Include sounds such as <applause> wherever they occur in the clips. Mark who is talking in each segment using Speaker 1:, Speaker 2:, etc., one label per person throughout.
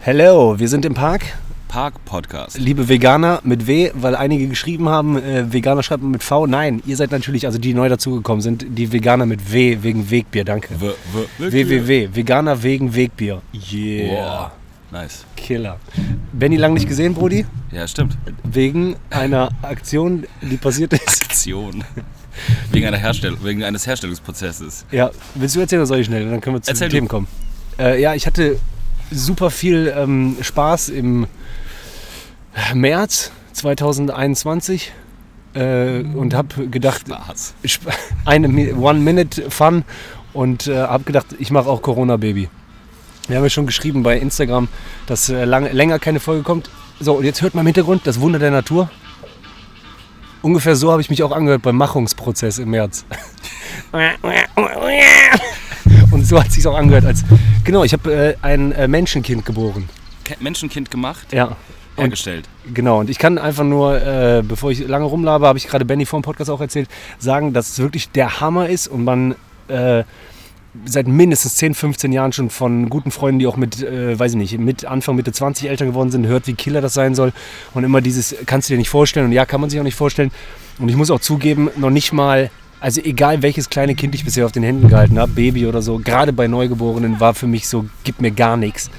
Speaker 1: Hello, wir sind im Park.
Speaker 2: Park Podcast.
Speaker 1: Liebe Veganer mit W, weil einige geschrieben haben, äh, Veganer schreibt man mit V. Nein, ihr seid natürlich, also die neu dazugekommen sind, die Veganer mit W wegen Wegbier, danke.
Speaker 2: W w
Speaker 1: WWW, Veganer wegen Wegbier.
Speaker 2: Yeah. Nice.
Speaker 1: Killer. Benny lang nicht gesehen, Brudi, <laughs>
Speaker 2: Ja, stimmt.
Speaker 1: wegen einer Aktion, die passiert ist.
Speaker 2: Aktion. Wegen, einer Herstellung, wegen eines Herstellungsprozesses.
Speaker 1: Ja, willst du erzählen oder soll ich schnell? Dann können wir zu
Speaker 2: Erzähl
Speaker 1: den Themen
Speaker 2: du.
Speaker 1: kommen. Äh, ja, ich hatte super viel ähm, Spaß im März 2021 äh, und habe gedacht,
Speaker 2: Spaß.
Speaker 1: Sp- <laughs> eine Mi- One-Minute-Fun und äh, habe gedacht, ich mache auch Corona-Baby. Wir haben ja schon geschrieben bei Instagram, dass äh, lang, länger keine Folge kommt. So, und jetzt hört man im Hintergrund das Wunder der Natur. Ungefähr so habe ich mich auch angehört beim Machungsprozess im März. Und so hat es sich auch angehört, als genau, ich habe äh, ein äh, Menschenkind geboren.
Speaker 2: Ke- Menschenkind gemacht,
Speaker 1: Ja. Und
Speaker 2: hergestellt.
Speaker 1: Genau, und ich kann einfach nur, äh, bevor ich lange rumlabe, habe ich gerade Benny vor dem Podcast auch erzählt, sagen, dass es wirklich der Hammer ist und man äh, seit mindestens 10, 15 Jahren schon von guten Freunden, die auch mit, äh, weiß ich nicht, mit Anfang, Mitte 20 Eltern geworden sind, hört, wie killer das sein soll. Und immer dieses, kannst du dir nicht vorstellen und ja, kann man sich auch nicht vorstellen. Und ich muss auch zugeben, noch nicht mal, also egal welches kleine Kind ich bisher auf den Händen gehalten habe, Baby oder so, gerade bei Neugeborenen war für mich so, gib mir gar nichts.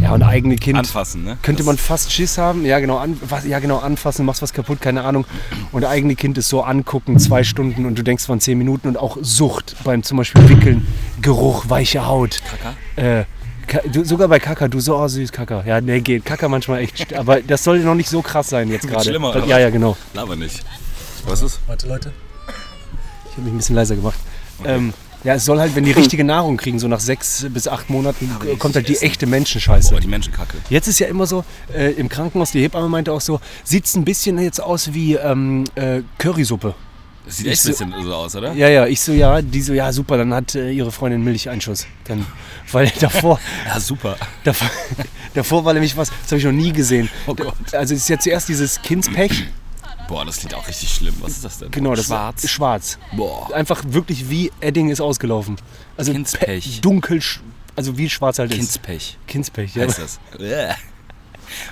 Speaker 1: Ja, und eigene Kind.
Speaker 2: Anfassen, ne?
Speaker 1: Könnte
Speaker 2: Das-
Speaker 1: man fast Schiss haben? Ja genau, an, was, ja, genau anfassen, machst was kaputt, keine Ahnung. Und eigene Kind ist so angucken, zwei Stunden und du denkst von zehn Minuten und auch Sucht beim zum Beispiel Wickeln, Geruch, weiche Haut.
Speaker 2: Kaka?
Speaker 1: Äh, Ka- du, sogar bei Kaka, du so, oh süß, Kaka. Ja, nee, geht. Kaka manchmal echt. st- Aber das soll noch nicht so krass sein jetzt gerade.
Speaker 2: schlimmer, oder
Speaker 1: Ja,
Speaker 2: was?
Speaker 1: ja, genau.
Speaker 2: Laber nicht. Was ist?
Speaker 1: Warte, Leute. Ich habe mich ein bisschen leiser gemacht. Ähm, ja, es soll halt,
Speaker 2: <clears throat>
Speaker 1: wenn die richtige Nahrung kriegen, so nach sechs bis acht Monaten, äh, kommt halt die echte Menschenscheiße.
Speaker 2: Boah, die Menschenkacke.
Speaker 1: Jetzt ist ja immer so, äh, im Krankenhaus, die Hebamme meinte auch so, sieht es ein bisschen jetzt aus wie ähm, äh, Currysuppe.
Speaker 2: Das sieht echt ein
Speaker 1: so-
Speaker 2: bisschen so aus, oder?
Speaker 1: Ja, ja, ich so, ja, die so, ja, super, dann hat äh, ihre Freundin Milcheinschuss. Dann, weil <laughs> davor,
Speaker 2: Ja, super.
Speaker 1: davor, <laughs> davor war nämlich was, das habe ich noch nie gesehen.
Speaker 2: Oh Gott.
Speaker 1: Also es ist ja zuerst dieses Kindspech,
Speaker 2: Boah, das klingt auch richtig schlimm. Was ist das denn?
Speaker 1: genau, das
Speaker 2: Schwarz.
Speaker 1: Ist schwarz.
Speaker 2: Boah.
Speaker 1: Einfach wirklich wie Edding ist ausgelaufen. Also
Speaker 2: Kindspech.
Speaker 1: pe- dunkel, sch- also wie schwarz halt ist.
Speaker 2: Kindspech
Speaker 1: Kindspech, ja.
Speaker 2: heißt das. Bäh.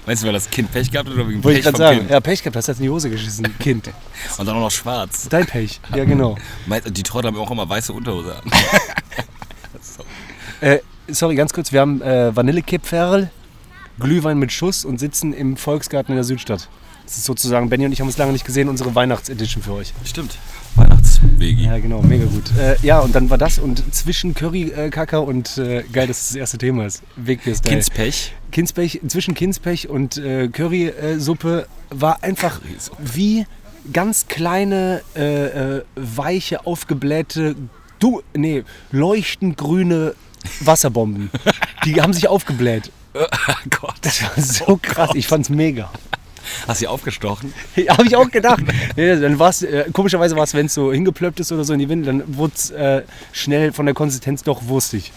Speaker 2: Meinst du, weil das Kind Pech gehabt hat oder wegen
Speaker 1: Wollte
Speaker 2: Pech
Speaker 1: ich gerade
Speaker 2: vom
Speaker 1: sagen.
Speaker 2: Kind?
Speaker 1: Ja, Pech gehabt, hast du jetzt in die Hose geschissen, Kind.
Speaker 2: Und dann auch noch schwarz.
Speaker 1: Dein Pech, ja genau.
Speaker 2: Meinst du, Die Trottel haben auch immer weiße Unterhose an.
Speaker 1: Äh, sorry, ganz kurz, wir haben äh, Vanillekipferl, Glühwein mit Schuss und sitzen im Volksgarten in der Südstadt. Das ist sozusagen, Benny und ich haben uns lange nicht gesehen, unsere Weihnachtsedition für euch.
Speaker 2: Stimmt. Weihnachtswegi.
Speaker 1: Ja, genau, mega gut. Äh, ja, und dann war das und zwischen Curry-Kacker äh, Kaka und äh, geil, dass das das erste Thema ist. Wegbier Style.
Speaker 2: <laughs> Kindspech.
Speaker 1: Kindspech, zwischen Kindspech und äh, Currysuppe war einfach
Speaker 2: Currysuppe.
Speaker 1: wie ganz kleine, äh, äh, weiche, aufgeblähte, du, nee, leuchtend grüne Wasserbomben. Die haben sich aufgebläht.
Speaker 2: Ah, Gott.
Speaker 1: Das war so krass, ich fand's mega.
Speaker 2: Hast du sie aufgestochen?
Speaker 1: Habe ich auch <laughs> gedacht. Nee, dann war's, äh, komischerweise war es, wenn es so hingeplöppt ist oder so in die Windel, dann wurde es äh, schnell von der Konsistenz doch wurstig.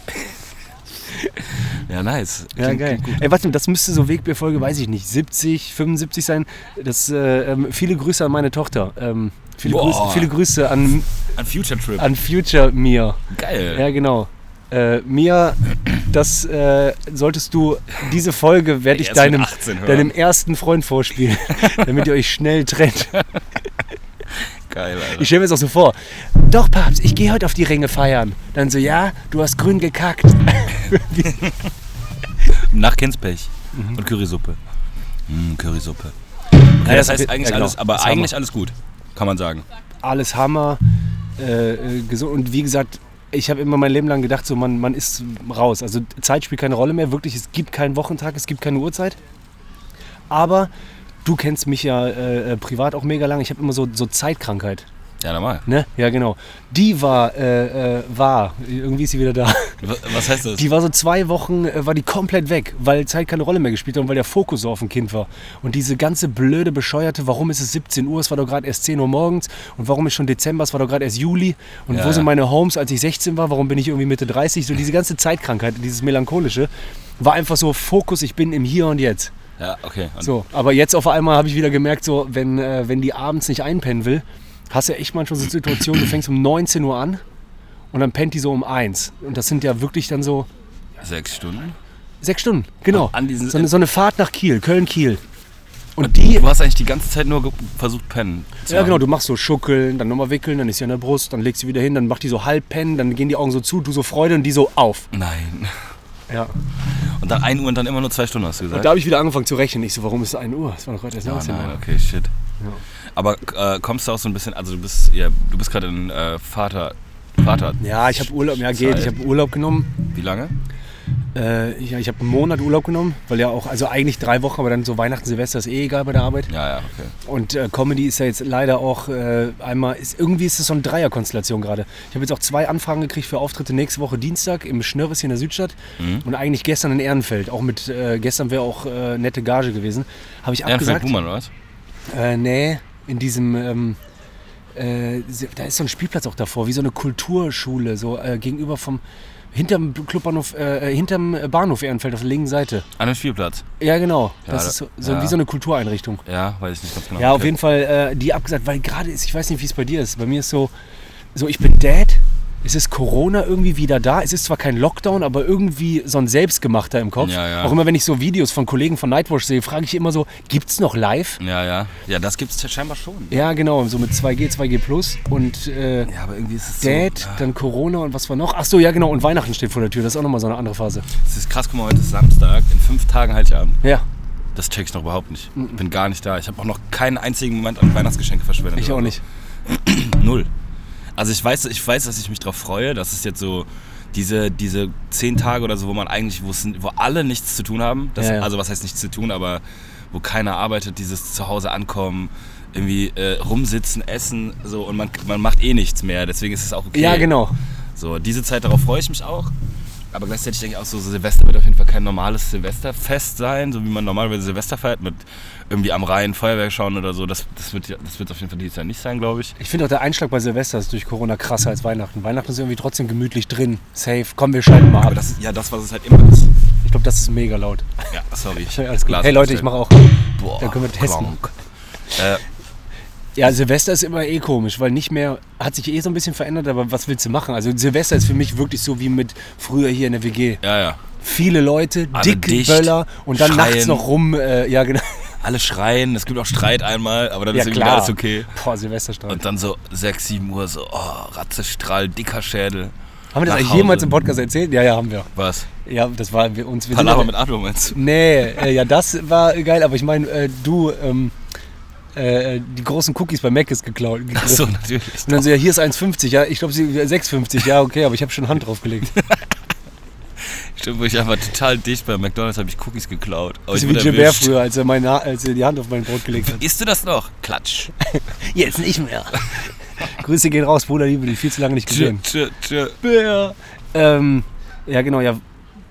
Speaker 2: Ja, nice.
Speaker 1: Ja,
Speaker 2: Klingt-
Speaker 1: geil.
Speaker 2: klingt
Speaker 1: Ey, warte, das müsste so Wegbierfolge, weiß ich nicht, 70, 75 sein. Das, äh, ähm, viele Grüße an meine Tochter. Ähm, viele,
Speaker 2: Boah.
Speaker 1: Grüße, viele Grüße an,
Speaker 2: gut. Ein Future Trip.
Speaker 1: an Future Mia.
Speaker 2: Geil.
Speaker 1: Ja, genau. Äh, Mia, das äh, solltest du, diese Folge werde ich
Speaker 2: Erst mit
Speaker 1: deinem,
Speaker 2: 18 hören.
Speaker 1: deinem ersten Freund vorspielen, <laughs> damit ihr euch schnell trennt.
Speaker 2: Geil, Alter.
Speaker 1: Ich stelle mir das auch so vor. Doch, Papst, ich gehe heute auf die Ringe feiern. Dann so, ja, du hast grün gekackt.
Speaker 2: Nach Kindspech. Und Currysuppe. Mm, Currysuppe. Ja, das
Speaker 1: das
Speaker 2: heißt
Speaker 1: wird-
Speaker 2: eigentlich
Speaker 1: Mhm. ja, genau.
Speaker 2: alles, aber
Speaker 1: Das haben
Speaker 2: eigentlich alles gut. Kann man sagen.
Speaker 1: alles Hammer, äh, äh, gesund. Und wie gesagt, ich habe immer mein Leben lang gedacht, so man, man ist raus. Also Zeit spielt keine Rolle mehr. Wirklich, es gibt keinen Wochentag, es gibt keine Uhrzeit. Aber du kennst mich ja äh, äh, privat auch mega lang. Ich habe immer so, so Zeitkrankheit.
Speaker 2: Ja, normal.
Speaker 1: Ne? Ja, genau. Die war, äh, äh, war, irgendwie ist sie wieder da. <laughs>
Speaker 2: W- Was heißt das?
Speaker 1: Die war so zwei Wochen, äh, war die komplett weg, weil Zeit keine Rolle mehr gespielt hat und weil der Fokus so auf dem Kind war. Und diese ganze blöde, bescheuerte, warum ist es 17 Uhr, es war doch gerade erst 10 Uhr morgens und warum ist schon Dezember, es war doch gerade erst Juli und
Speaker 2: Ja,
Speaker 1: wo
Speaker 2: ja.
Speaker 1: sind meine Homes, als ich 16 war, warum bin ich irgendwie Mitte 30, so diese ganze Zeitkrankheit, dieses Melancholische, war einfach so Fokus, ich bin im Hier und Jetzt.
Speaker 2: ja, okay. Und
Speaker 1: So, aber jetzt auf einmal habe ich wieder gemerkt, so, wenn, äh, wenn die abends nicht einpennen will, hast du echt manchmal so Situationen, du fängst um 19 Uhr an und dann pennt die so um 1. Und das sind ja wirklich dann so
Speaker 2: Sechs Stunden?
Speaker 1: Sechs Stunden, genau.
Speaker 2: Und an diesen-
Speaker 1: so, eine, so eine Fahrt nach Kiel, Köln-Kiel. Und
Speaker 2: Und
Speaker 1: die.
Speaker 2: Du hast eigentlich die ganze Zeit nur ge- versucht, pennen. zu
Speaker 1: Ja, genau,
Speaker 2: machen.
Speaker 1: du machst so Schuckeln, dann nochmal wickeln, dann ist sie an der Brust, dann legst du sie wieder hin, dann macht die so halb pennen, dann gehen die Augen so zu, du so Freude und die so auf.
Speaker 2: Nein.
Speaker 1: Ja.
Speaker 2: Und dann 1 Uhr und dann immer nur zwei Stunden, hast du
Speaker 1: Und
Speaker 2: gesagt?
Speaker 1: da habe ich wieder angefangen zu rechnen. Ich so, warum ist es 1 Uhr? Es war doch heute erst
Speaker 2: Ah,
Speaker 1: 19
Speaker 2: nein,
Speaker 1: Uhr.
Speaker 2: okay, shit.
Speaker 1: Ja.
Speaker 2: Aber äh, kommst du auch so ein bisschen, also du bist, ja, du bist gerade ein äh, Vater. Vater.
Speaker 1: Ja, ich habe Urlaub, ja geht,
Speaker 2: Zeit.
Speaker 1: ich habe Urlaub genommen.
Speaker 2: Wie lange?
Speaker 1: Äh, ja, ich habe einen Monat Urlaub genommen, weil ja auch, also eigentlich drei Wochen, aber dann so Weihnachten, Silvester ist eh egal bei der Arbeit.
Speaker 2: Ja, ja, okay.
Speaker 1: Und äh, Comedy ist ja jetzt leider auch äh, einmal, ist, irgendwie ist es so eine Dreierkonstellation gerade. Ich habe jetzt auch zwei Anfragen gekriegt für Auftritte nächste Woche Dienstag im Schnörres hier in der Südstadt
Speaker 2: Mhm.
Speaker 1: und eigentlich gestern in Ehrenfeld. Auch mit, äh, gestern wäre auch äh, nette Gage gewesen. Habe ich
Speaker 2: Ernst
Speaker 1: abgesagt.
Speaker 2: Buhmann, oder was?
Speaker 1: Äh, nee, in diesem, ähm, äh, da ist so ein Spielplatz auch davor, wie so eine Kulturschule, so äh, gegenüber vom, hinterm Clubbahnhof, äh, äh, hinterm Bahnhof Ehrenfeld auf der linken Seite.
Speaker 2: An dem Spielplatz.
Speaker 1: Ja, genau.
Speaker 2: Ja,
Speaker 1: das
Speaker 2: da-
Speaker 1: ist so, so
Speaker 2: ja.
Speaker 1: wie so eine Kultureinrichtung.
Speaker 2: Ja, weiß ich nicht ganz genau.
Speaker 1: Ja, auf jeden Fall äh, die abgesagt, weil gerade ist, ich weiß nicht, wie es bei dir ist. Bei mir ist so, so ich bin Dad, es ist Corona irgendwie wieder da. Es ist zwar kein Lockdown, aber irgendwie so ein Selbstgemachter im Kopf.
Speaker 2: Ja, ja.
Speaker 1: Auch immer, wenn ich so Videos von Kollegen von Nightwatch sehe, frage ich immer so, gibt's noch live?
Speaker 2: Ja, ja. Ja, das gibt's ja scheinbar schon.
Speaker 1: Ja, genau, so mit 2G, 2G Plus und äh,
Speaker 2: Ja, aber irgendwie ist es
Speaker 1: Dad,
Speaker 2: so. ah.
Speaker 1: dann Corona und was war noch? Ach so, ja genau, und Weihnachten steht vor der Tür, das ist auch nochmal so eine andere Phase.
Speaker 2: Es ist krass, guck mal, heute ist Samstag, in fünf Tagen Heiligabend.
Speaker 1: Ja,
Speaker 2: Das check ich noch überhaupt nicht. Ich
Speaker 1: Mhm.
Speaker 2: bin gar nicht da. Ich habe auch noch keinen einzigen Moment an Weihnachtsgeschenke verschwendet.
Speaker 1: ich
Speaker 2: oder
Speaker 1: auch
Speaker 2: so.
Speaker 1: nicht.
Speaker 2: Null. Also ich weiß, ich weiß, dass ich mich darauf freue, dass es jetzt so diese, diese zehn Tage oder so, wo man eigentlich, wo, es, wo alle nichts zu tun haben. Das,
Speaker 1: Ja, ja.
Speaker 2: Also was heißt nichts zu tun, aber wo keiner arbeitet, dieses Zuhause ankommen, irgendwie äh, rumsitzen, essen, so und man, man macht eh nichts mehr. Deswegen ist es auch okay.
Speaker 1: Ja, genau.
Speaker 2: So, diese Zeit darauf freue ich mich auch. Aber gleichzeitig denke ich auch so, so Silvester wird auf jeden Fall kein normales Silvesterfest sein, so wie man normalerweise Silvester feiert, mit irgendwie am Rhein Feuerwerk schauen oder so. Das, das wird ja- das wird auf jeden Fall dieses Jahr nicht sein, glaube ich.
Speaker 1: Ich finde auch der Einschlag bei Silvester ist durch Corona krasser als Weihnachten. Weihnachten ist irgendwie trotzdem gemütlich drin, safe. Komm, wir schalten mal
Speaker 2: Aber
Speaker 1: ab.
Speaker 2: das ist ja das, was es halt immer ist.
Speaker 1: Ich glaube, das ist mega laut.
Speaker 2: Ja, sorry. Ich
Speaker 1: Alles gut. Hey Leute, ich mache auch.
Speaker 2: Boah,
Speaker 1: dann können wir testen.
Speaker 2: Klonk. Äh,
Speaker 1: Ja, Silvester ist immer eh komisch, weil nicht mehr, hat sich eh so ein bisschen verändert, aber was willst du machen? Also Silvester ist für mich wirklich so wie mit früher hier in der WG.
Speaker 2: ja, ja.
Speaker 1: Viele Leute,
Speaker 2: Alle
Speaker 1: dicke
Speaker 2: dicht,
Speaker 1: Böller und dann nachts
Speaker 2: schreien.
Speaker 1: noch rum. Äh, ja, genau.
Speaker 2: Alle schreien, es gibt auch Streit einmal, aber dann
Speaker 1: Ja,
Speaker 2: ist irgendwie
Speaker 1: klar.
Speaker 2: alles okay.
Speaker 1: Boah, Silvesterstraße.
Speaker 2: Und dann so 6, 7 Uhr so, oh, Ratzestrahl, dicker Schädel.
Speaker 1: Haben wir das
Speaker 2: nach
Speaker 1: eigentlich
Speaker 2: Hause.
Speaker 1: jemals im Podcast erzählt? Ja, ja, haben wir.
Speaker 2: Was?
Speaker 1: Ja, das war wir uns. Wir sind
Speaker 2: Palaver
Speaker 1: aber-
Speaker 2: mit Adlung
Speaker 1: <laughs>
Speaker 2: meinst du?
Speaker 1: Nee, äh, ja, das war geil, aber ich meine, äh, du, ähm, äh, die großen Cookies bei Mac ist geklaut.
Speaker 2: Ach so, natürlich.
Speaker 1: Und dann so, ja, hier ist 1,50, ja, ich glaube, sie 6,50, ja, okay, aber ich habe schon Hand draufgelegt.
Speaker 2: Oh, Stimmt, wo ich einfach total dicht bei McDonalds habe ich Cookies geklaut. Aber
Speaker 1: Bisschen wie
Speaker 2: ich wurde
Speaker 1: Gilbert
Speaker 2: erwischt.
Speaker 1: früher, als er, meine, Ha- als er die Hand auf mein Brot gelegt
Speaker 2: <laughs>
Speaker 1: hat.
Speaker 2: Isst du das noch? Klatsch.
Speaker 1: Jetzt nicht mehr. Grüße gehen raus, Bruder, liebe dich, viel zu lange nicht
Speaker 2: Tschö,
Speaker 1: gesehen.
Speaker 2: tschö, tschö.
Speaker 1: Bär. Ähm, ja, genau, ja.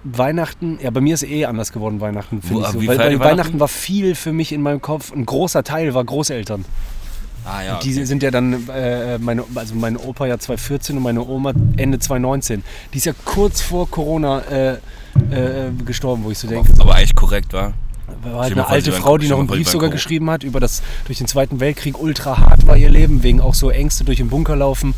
Speaker 1: Weihnachten, ja, bei mir ist eh anders geworden, Weihnachten,
Speaker 2: Wo-
Speaker 1: finde ich
Speaker 2: aber
Speaker 1: so.
Speaker 2: wie
Speaker 1: Weil,
Speaker 2: feiert
Speaker 1: weil
Speaker 2: ihr
Speaker 1: Weihnachten war viel für mich in meinem Kopf. Ein großer Teil war Großeltern.
Speaker 2: Ah ja.
Speaker 1: Die
Speaker 2: Okay.
Speaker 1: sind ja dann, äh, meine, also mein Opa ja 2014 und meine Oma Ende 2019. Die ist ja kurz vor Corona äh, äh, gestorben, wo ich so denke.
Speaker 2: Aber eigentlich korrekt, war.
Speaker 1: War halt
Speaker 2: Stell
Speaker 1: eine
Speaker 2: dir vor, sie
Speaker 1: alte
Speaker 2: waren-
Speaker 1: Frau, die
Speaker 2: stell
Speaker 1: noch
Speaker 2: dir
Speaker 1: einen
Speaker 2: vor, sie
Speaker 1: Brief
Speaker 2: waren
Speaker 1: sogar
Speaker 2: Corona.
Speaker 1: geschrieben hat, über das durch den Zweiten Weltkrieg ultra hart war ihr Leben, wegen auch so Ängste durch den Bunker laufen,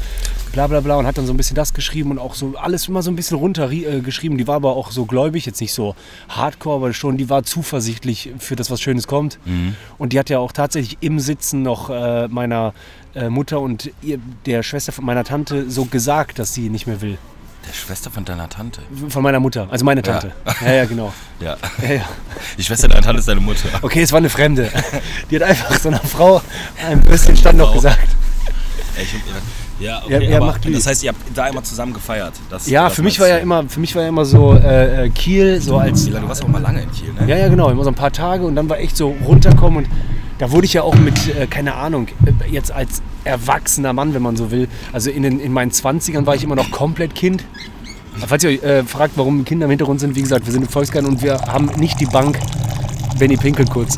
Speaker 1: bla bla bla. Und hat dann so ein bisschen das geschrieben und auch so alles immer so ein bisschen runter äh, geschrieben. Die war aber auch so gläubig, jetzt nicht so hardcore, aber schon, die war zuversichtlich für das, was Schönes kommt.
Speaker 2: Mhm.
Speaker 1: Und die hat ja auch tatsächlich im Sitzen noch äh, meiner äh, Mutter und ihr, der Schwester von meiner Tante so gesagt, dass sie nicht mehr will.
Speaker 2: Der Schwester von deiner Tante.
Speaker 1: Von meiner Mutter, also meine
Speaker 2: <laughs>
Speaker 1: Tante. Ja, ja, genau.
Speaker 2: Ja. <laughs>
Speaker 1: Ja, ja.
Speaker 2: Die Schwester deiner Tante ist deine Mutter.
Speaker 1: Okay, es war eine Fremde. <laughs> Die hat einfach so einer Frau ein bisschen Stand noch
Speaker 2: Frau. <laughs>
Speaker 1: gesagt.
Speaker 2: Ey, Ich, ja,
Speaker 1: Ja,
Speaker 2: okay,
Speaker 1: ja,
Speaker 2: aber
Speaker 1: macht die.
Speaker 2: das heißt, ihr habt da immer zusammen gefeiert. Das,
Speaker 1: Ja,
Speaker 2: das
Speaker 1: für mich war
Speaker 2: meinst
Speaker 1: ja
Speaker 2: du.
Speaker 1: immer, für mich war ja immer so äh, äh, Kiel, so als.
Speaker 2: Lila, Du warst auch mal lange in Kiel, ne?
Speaker 1: Ja, ja, genau, immer so ein paar Tage und dann war echt so runterkommen und da wurde ich ja auch mit, äh, keine Ahnung, äh, jetzt als erwachsener Mann, wenn man so will. Also in, den, in meinen 20ern war ich immer noch komplett Kind. Falls ihr euch äh, fragt, warum Kinder im Hintergrund sind, wie gesagt, wir sind im Volksgarten und wir haben nicht die Bank, Benny Pinkel kurz,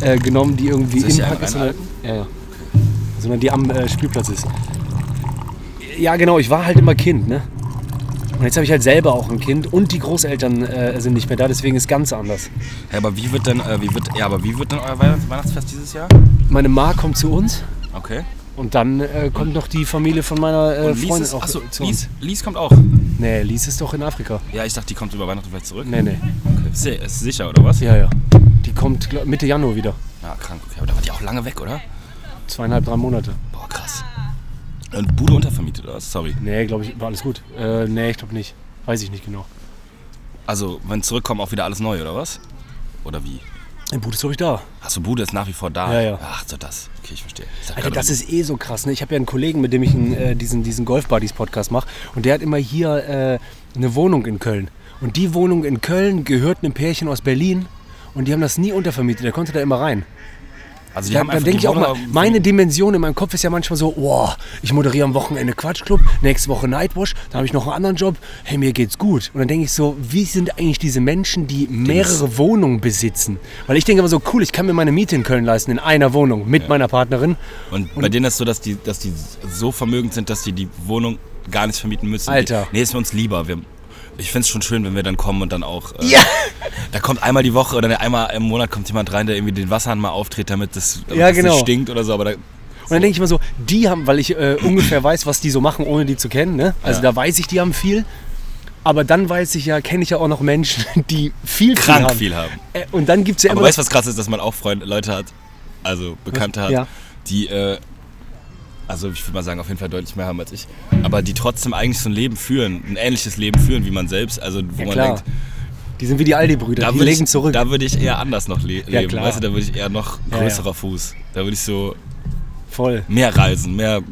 Speaker 1: äh, genommen, die irgendwie
Speaker 2: Soll ich
Speaker 1: im
Speaker 2: dir
Speaker 1: Park
Speaker 2: einen
Speaker 1: ist, sondern, ja, ja. sondern die am äh, Spielplatz ist. Ja, genau, ich war halt immer Kind, ne? Und jetzt habe ich halt selber auch ein Kind und die Großeltern äh, sind nicht mehr da, deswegen ist ganz anders.
Speaker 2: Hey, aber wie wird denn, äh, wie wird, ja, aber wie wird denn euer Weihnachts Weihnachtsfest dieses Jahr?
Speaker 1: Meine Ma kommt zu uns
Speaker 2: Okay.
Speaker 1: und dann äh, kommt noch die Familie von meiner äh,
Speaker 2: Und Lies
Speaker 1: Freundin
Speaker 2: ist,
Speaker 1: auch
Speaker 2: achso,
Speaker 1: zu uns.
Speaker 2: Lies, Lies kommt auch.
Speaker 1: Nee, Lies ist doch in Afrika.
Speaker 2: Ja, ich dachte, die kommt über Weihnachten vielleicht zurück.
Speaker 1: Nee, nee.
Speaker 2: Okay. Ist, sie- ist sie sicher, oder was?
Speaker 1: Ja, ja. Die kommt glaub, Mitte Januar wieder.
Speaker 2: Ja, krank. Okay, aber da war die auch lange weg, oder?
Speaker 1: Zweieinhalb, drei Monate.
Speaker 2: Boah, krass. Und Bude untervermietet, oder? was? Sorry.
Speaker 1: Nee, glaube ich, war alles gut. Äh, nee, ich glaube nicht. Weiß ich nicht genau.
Speaker 2: Also, wenn zurückkommen, auch wieder alles neu, oder was? Oder wie?
Speaker 1: Ein Boot ist, glaube ich, da.
Speaker 2: Achso, Bude ist nach wie vor da.
Speaker 1: Ja, ja.
Speaker 2: Ach so, das. Okay, ich verstehe. Ich sag
Speaker 1: Alter,
Speaker 2: gerade,
Speaker 1: das ist eh so krass. Ne? Ich habe ja einen Kollegen, mit dem ich einen, äh, diesen, diesen Golf-Buddies-Podcast mache. Und der hat immer hier äh, eine Wohnung in Köln. Und die Wohnung in Köln gehört einem Pärchen aus Berlin. Und die haben das nie untervermietet. Der konnte da immer rein.
Speaker 2: also, die
Speaker 1: Da,
Speaker 2: haben
Speaker 1: dann
Speaker 2: einfach
Speaker 1: denke
Speaker 2: die
Speaker 1: ich auch mal,
Speaker 2: Wohnung-
Speaker 1: meine Dimension in meinem Kopf ist ja manchmal so, wow, ich moderiere am Wochenende Quatschclub, nächste Woche Nightwash, dann habe ich noch einen anderen Job, hey, mir geht's gut. Und dann denke ich so, wie sind eigentlich diese Menschen, die mehrere Wohnungen besitzen? Weil ich denke immer so, cool, ich kann mir meine Miete in Köln leisten, in einer Wohnung, mit meiner Partnerin.
Speaker 2: Und, bei denen ist es so, dass die, dass die so vermögend sind, dass die die Wohnung gar nicht vermieten müssen.
Speaker 1: Alter.
Speaker 2: Die, nee, ist uns lieber. Wir, ich find's schon schön, wenn wir dann kommen und dann auch. Äh,
Speaker 1: Ja.
Speaker 2: <laughs> Da kommt einmal die Woche oder einmal im Monat kommt jemand rein, der irgendwie den Wasserhahn mal auftritt, damit das, damit
Speaker 1: Ja,
Speaker 2: das
Speaker 1: genau.
Speaker 2: nicht stinkt oder so. Aber da,
Speaker 1: Und dann denke ich immer so, die haben, weil ich äh, ungefähr weiß, was die so machen, ohne die zu kennen. Ne? Also
Speaker 2: Ja.
Speaker 1: da weiß ich, die haben viel. Aber dann weiß ich ja, kenne ich ja auch noch Menschen, <laughs> die viel,
Speaker 2: Krank
Speaker 1: viel haben.
Speaker 2: viel haben.
Speaker 1: Äh, Und dann gibt es ja
Speaker 2: aber
Speaker 1: immer
Speaker 2: weißt du, was krass ist, dass man auch Freunde, Leute hat, also Bekannte hat,
Speaker 1: Ja.
Speaker 2: die. Äh, also ich würde mal sagen, auf jeden Fall deutlich mehr haben als ich. Aber die trotzdem eigentlich so ein Leben führen, ein ähnliches Leben führen wie man selbst. Also wo man
Speaker 1: klar.
Speaker 2: denkt,
Speaker 1: Die sind wie die Aldi-Brüder, die
Speaker 2: würd
Speaker 1: legen
Speaker 2: ich,
Speaker 1: zurück.
Speaker 2: Da würde ich eher anders noch le leben.
Speaker 1: Ja, klar.
Speaker 2: Weißt du, da würde ich eher noch
Speaker 1: Ja,
Speaker 2: größerer Fuß. Da würde ich so
Speaker 1: Voll.
Speaker 2: mehr reisen, mehr.